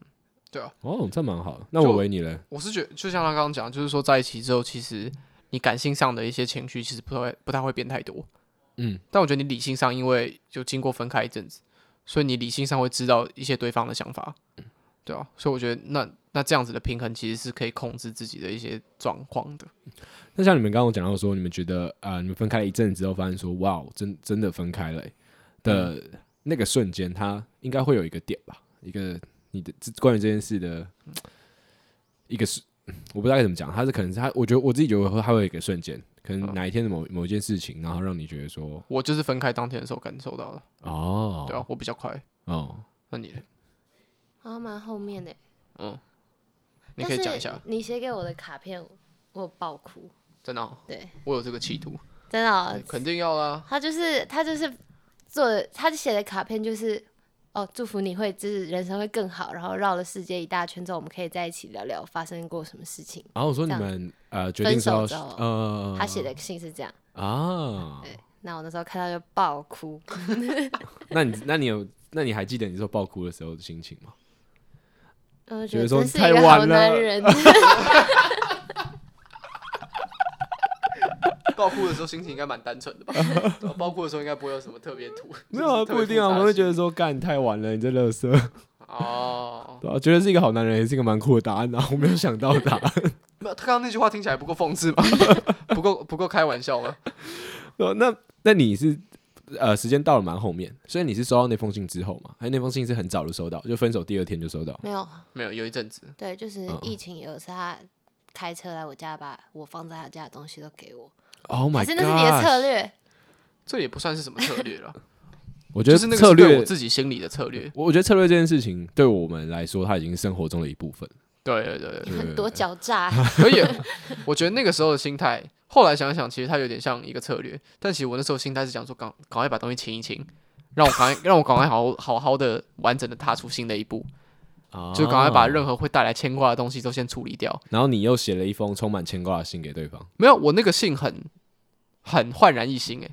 对啊，哦，这蛮好的。那就我为你嘞，我是觉就像他刚刚讲，就是说在一起之后，其实你感性上的一些情绪其实不太会不太会变太多。嗯，但我觉得你理性上，因为就经过分开一阵子，所以你理性上会知道一些对方的想法，嗯对啊，所以我觉得那那这样子的平衡其实是可以控制自己的一些状况的。那像你们刚刚有讲到说，你们觉得啊、呃你们分开了一阵子之后，发现说，哇，真真的分开了、欸嗯的那个瞬间，它应该会有一个点吧，一个你的这关于这件事的一个是，我不知道该怎么讲，它是可能是它，我觉得我自己觉得会它会有一个瞬间，可能嗯哪一天的某某一件事情，然后让你觉得说，我就是分开当天的时候感受到的，哦，对啊，我比较快。哦，那你呢，啊，蛮后面的，嗯，你但可是以讲一下，你写给我的卡片，我爆哭。真的哦、对，我有这个企图，真的哦、肯定要啦。他就是他就是做的，他写的卡片就是哦，祝福你会就是人生会更好，然后绕了世界一大圈之后，我们可以在一起聊聊发生过什么事情。然后我说你这样们呃决定说要分手之后呃，他写的信是这样，啊，对，那我那时候看到就爆哭，那你那你有那你还记得你说爆哭的时候的心情吗？嗯我觉觉得得说真是太一个好晚了 男人。爆哭的时候心情应该蛮单纯的 吧？对啊爆哭的时候应该不会有什么特别图，没有啊， 就是特别不一定啊，复杂的我会心觉得说干太晚了，你这乐色。哦，对啊，觉得是一个好男人，也是一个蛮酷的答案啊！我 没有想到的答案。没有，他刚刚那句话听起来不够讽刺吗？ 不够不够开玩笑吗？对啊那那你是呃，时间到了蛮后面，所以你是收到那封信之后嘛？还是那封信是很早就收到，就分手第二天就收到？没有，没有，有一阵子，对，就是嗯疫情有一次他开车来我家，把我放在他家的东西都给我， Oh my 还 god！是那是你的策略？这也不算是什么策略了， 我觉就得是那个策是对略我，自己心里的策略。我我觉得策略这件事情对我们来说，它已经是生活中的一部分。对对对，对有很多狡诈，可以。 我觉得那个时候的心态，后来想想，其实它有点像一个策略，但其实我那时候心态是想说，赶赶快把东西清一清，让我赶快让我赶快好好好的完整的踏出新的一步，啊就赶快把任何会带来牵挂的东西都先处理掉。然后你又写了一封充满牵挂的信给对方，没有，我那个信很很焕然一新诶，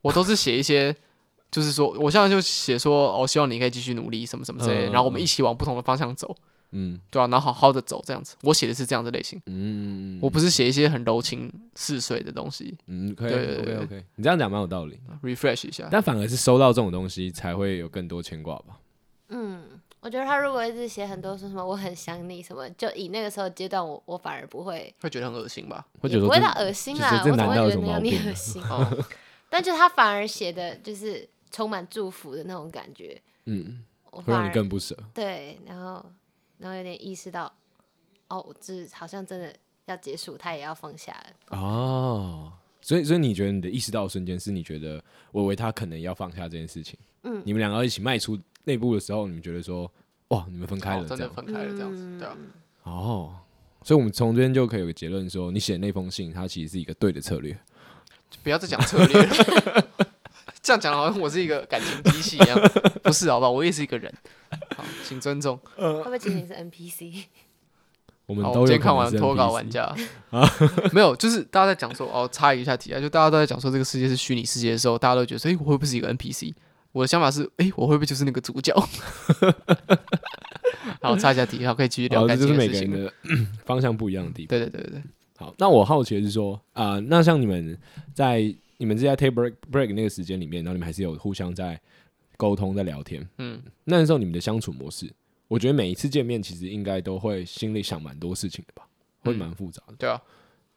我都是写一些， 就是说我现在就写说，哦，希望你可以继续努力，什么什么之类的，嗯然后我们一起往不同的方向走，嗯对啊，然后好好的走这样子。我写的是这样的类型，嗯，我不是写一些很柔情似水的东西嗯，可以对对，OK 对 OK，你这样讲蛮有道理， ，refresh 一下。但反而是收到这种东西才会有更多牵挂吧？嗯，我觉得他如果一直写很多说什么我很想你什么，就以那个时候阶段我，我反而不会，会觉得很恶心吧？会觉也得说不会这到恶心就啦，是我这怎么男会的有觉什么得那毛样你病恶 心？哦，但就他反而写的就是充满祝福的那种感觉，嗯，我会反让你而更不舍。对，然后然后有点意识到，哦，我这好像真的要结束，他也要放下了，哦，所以所以你觉得你的意识到的瞬间是你觉得我为他可能要放下这件事情，嗯你们两个要一起迈出那步的时候，你们觉得说哇，你们分开哦了真这的样分开了这样子，对啊，哦，所以我们从这边就可以有个结论说，你写那封信它其实是一个对的策略。 就不要再讲策略了，这这样讲好像我是一个感情机器一样，不是好不好？我也是一个人，好，请尊重。会不会仅仅是 NPC？我们好，都哦我有今天可看能完是脱稿 NPC 玩家 没有，就是大家在讲说哦，插一下题啊，就大家都在讲说这个世界是虚拟世界的时候，大家都觉得说，哎、我会不会是一个 NPC？我的想法是，哎、我会不会就是那个主角？ 好，插一下题，好，可以继续聊哦好，这感就情的是每事个情人了。的 方向不一样的地方。对对对对对，好，那我好奇的是说，啊、那像你们在你们是在 take break break 那个时间里面，然后你们还是有互相在沟通、在聊天。嗯，那时候你们的相处模式，我觉得每一次见面其实应该都会心里想蛮多事情的吧，会嗯蛮复杂的。对啊，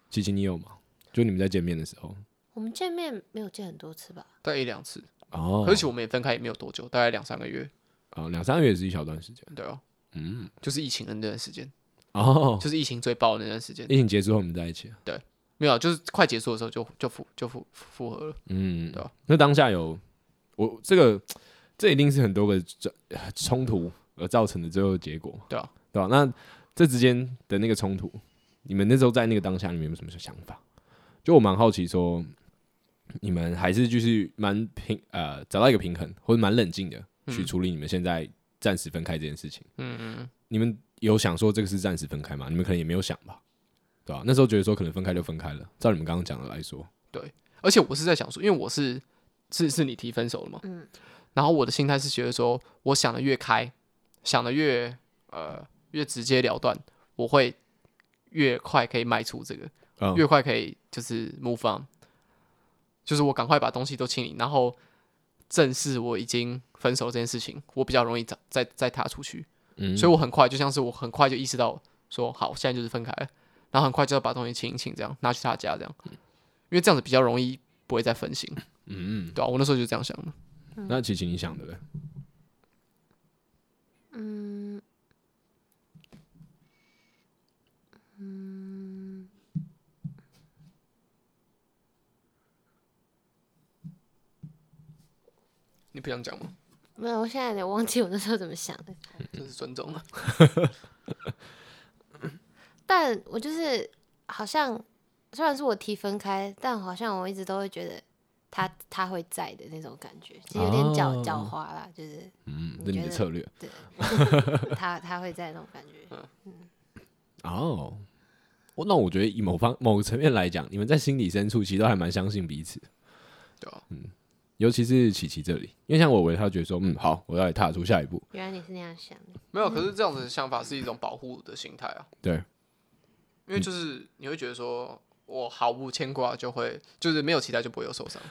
琪琪，你有吗？就你们在见面的时候，我们见面没有见很多次吧？大概一两次，哦，而且我们也分开也没有多久，大概两三个月，啊，两三个月也是一小段时间，对啊，嗯，就是疫情的那段时间，哦，就是疫情最爆的那段时间，疫情结束后你们在一起了，没有啊，就是快结束的时候就就复就复复合了。嗯，对啊那当下有我这个，这一定是很多个这冲突而造成的最后的结果嘛，对啊，对吧、那这之间的那个冲突，你们那时候在那个当下，你们有没有什么想法？就我蛮好奇说，你们还是就是蛮平呃，找到一个平衡，或者蛮冷静的去处理你们现在暂时分开这件事情。嗯嗯，你们有想说这个是暂时分开吗？你们可能也没有想吧，对吧、那时候觉得说可能分开就分开了，照你们刚刚讲的来说，而且我是在想说，因为我是是是你提分手了嘛，嗯，然后我的心态是觉得说，我想的越开，想的越呃越直截了断，我会越快可以迈出这个，嗯越快可以就是 move on，就是我赶快把东西都清理，然后正视我已经分手这件事情，我比较容易再再再踏出去，嗯所以我很快就像是我很快就意识到说，好，现在就是分开了，然后很快就要把东西清一清，这样拿去他家这样，因为这样子比较容易不会再分心，嗯，对啊，我那时候就这样想的。嗯那琪琪你想对不对？你不想讲吗？没有，我现在有点忘记我那时候怎么想的。嗯真是尊重了。但我就是好像，虽然是我提分开，但好像我一直都会觉得他他会在的那种感觉，其实有点狡、哦狡猾啦，就是嗯，你这是你觉的得策略对， 他他会在那种感觉。哦。我那我觉得以某方某个层面来讲，你们在心理深处其实都还蛮相信彼此，嗯对啊，尤其是琪琪这里，因为像我，我也他觉得说，嗯，好，我要来踏出下一步，原来你是那样想的，没有，可是这样子的想法是一种保护的心态啊，对，因嗯为就是你会觉得说我毫无牵挂就会，就是没有期待就不会有受伤。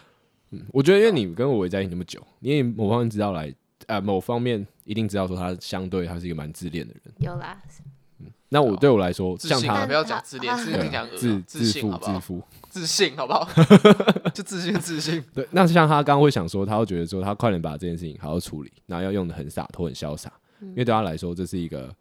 嗯我觉得，因为你跟我也在一起那么啊久，你也某方面知道来，呃，某方面一定知道说他相对他是一个蛮自恋的人。有啦，那我哦对我来说，自像信啊，他不要讲自恋，但自对恋讲恶自啊自信负好不自好？负，自信好不 好？就自信自信。对。那像他刚刚会想说，他会觉得说他快点把这件事情好好处理，然后要用的很洒脱、很潇洒，因为对他来说这是一个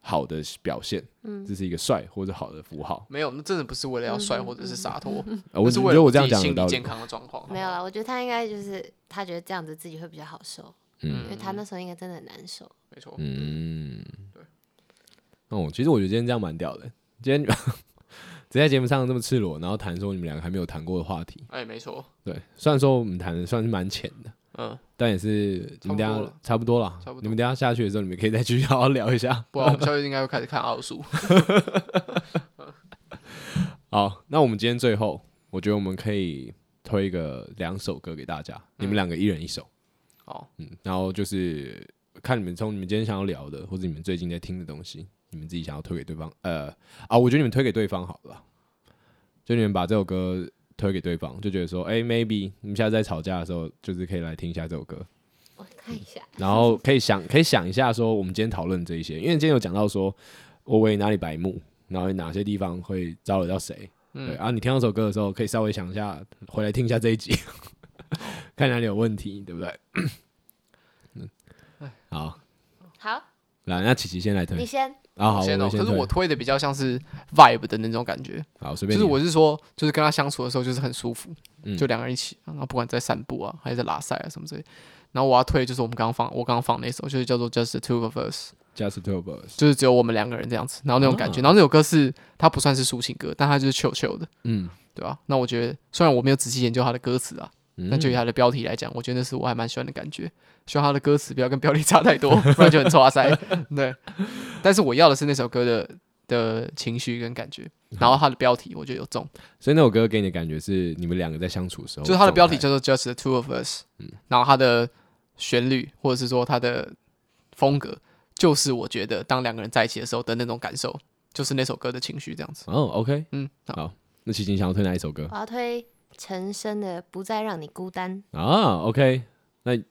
好的表现，这是一个帅或者好的符号。没有，那真的不是为了嗯要帅或者是洒脱，呃我那只是觉为了得我我这样自己讲有心道理理健。康的状况。没有啦。我觉得他应该就是他觉得这样子自己会比较好受，因为嗯他那时候应该真的很难受。没错，嗯对，哦，其实我觉得今天这样蛮屌的。今天你 们直接在节目上这么赤裸，然后谈说你们两个还没有谈过的话题，哎，没错，对，虽然说我们谈的算是蛮浅的，嗯，但也是你差不们等多一下了差不多了，差不多你们等一下下去的时候，你们可以再继续好好聊一下。不然我们下个月应该会开始看奥数。好，那我们今天最后，我觉得我们可以推一个两首歌给大家，你们两个一人一首，好，嗯，然后就是看你们从你们今天想要聊的，或者你们最近在听的东西，你们自己想要推给对方，呃，啊，我觉得你们推给对方好了啦，就你们把这首歌推给对方，就觉得说，哎、m a y b e 你们下次在吵架的时候，就是可以来听一下这首歌，我看一下，然后可以想可以想一下，说我们今天讨论这一些，因为今天有讲到说我为哪里白目，然后哪些地方会招惹到谁，嗯对啊，你听到这首歌的时候，可以稍微想一下，回来听一下这一集， 看哪里有问题，对 不对？嗯，好，好，来，那琪琪先来推你先，啊， 好，我先哦，我可是推我推的比较像是 vibe 的那种感觉，好就随便是你，啊我是说，就是跟他相处的时候就是很舒服，嗯就两个人一起，然后不管在散步啊，还是在拉塞啊什么之类。然后我要推的就是我们刚刚放我刚刚放那首，就是叫做 Just the Two of Us， Just Two of Us，就是只有我们两个人这样子，然后那种啊感觉。然后那首歌是它不算是抒情歌，但它就是 chill chill 的，嗯对吧、那我觉得虽然我没有仔细研究它的歌词啊，但就以他的标题来讲，我觉得那是我还蛮喜欢的感觉。希望他的歌词不要跟标题差太 多，不然就很抓塞。对，但是我要的是那首歌的的情绪跟感觉，嗯然后他的标题我觉得有中，所以那首歌给你的感觉是你们两个在相处的时候，就是他的标题叫做《Just the Two of Us》，然后他的旋律或者是说他的风格，就是我觉得当两个人在一起的时候的那种感受，就是那首歌的情绪这样子。哦，OK，嗯，好好，那琪琪想要推哪一首歌我要推陈升的《不再让你孤单》，啊？OK，那你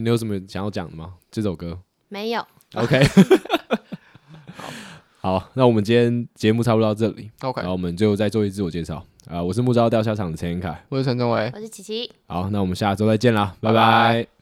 你有什么想要讲的吗？这首 歌没有， OK，好，那我们今天节目差不多到这里， OK，然后我们最后再做一自我介绍啊、我是木招钓虾场的陈彦凯，我是陈仲伟，我是琪琪。好，那我们下周再见啦，拜拜拜拜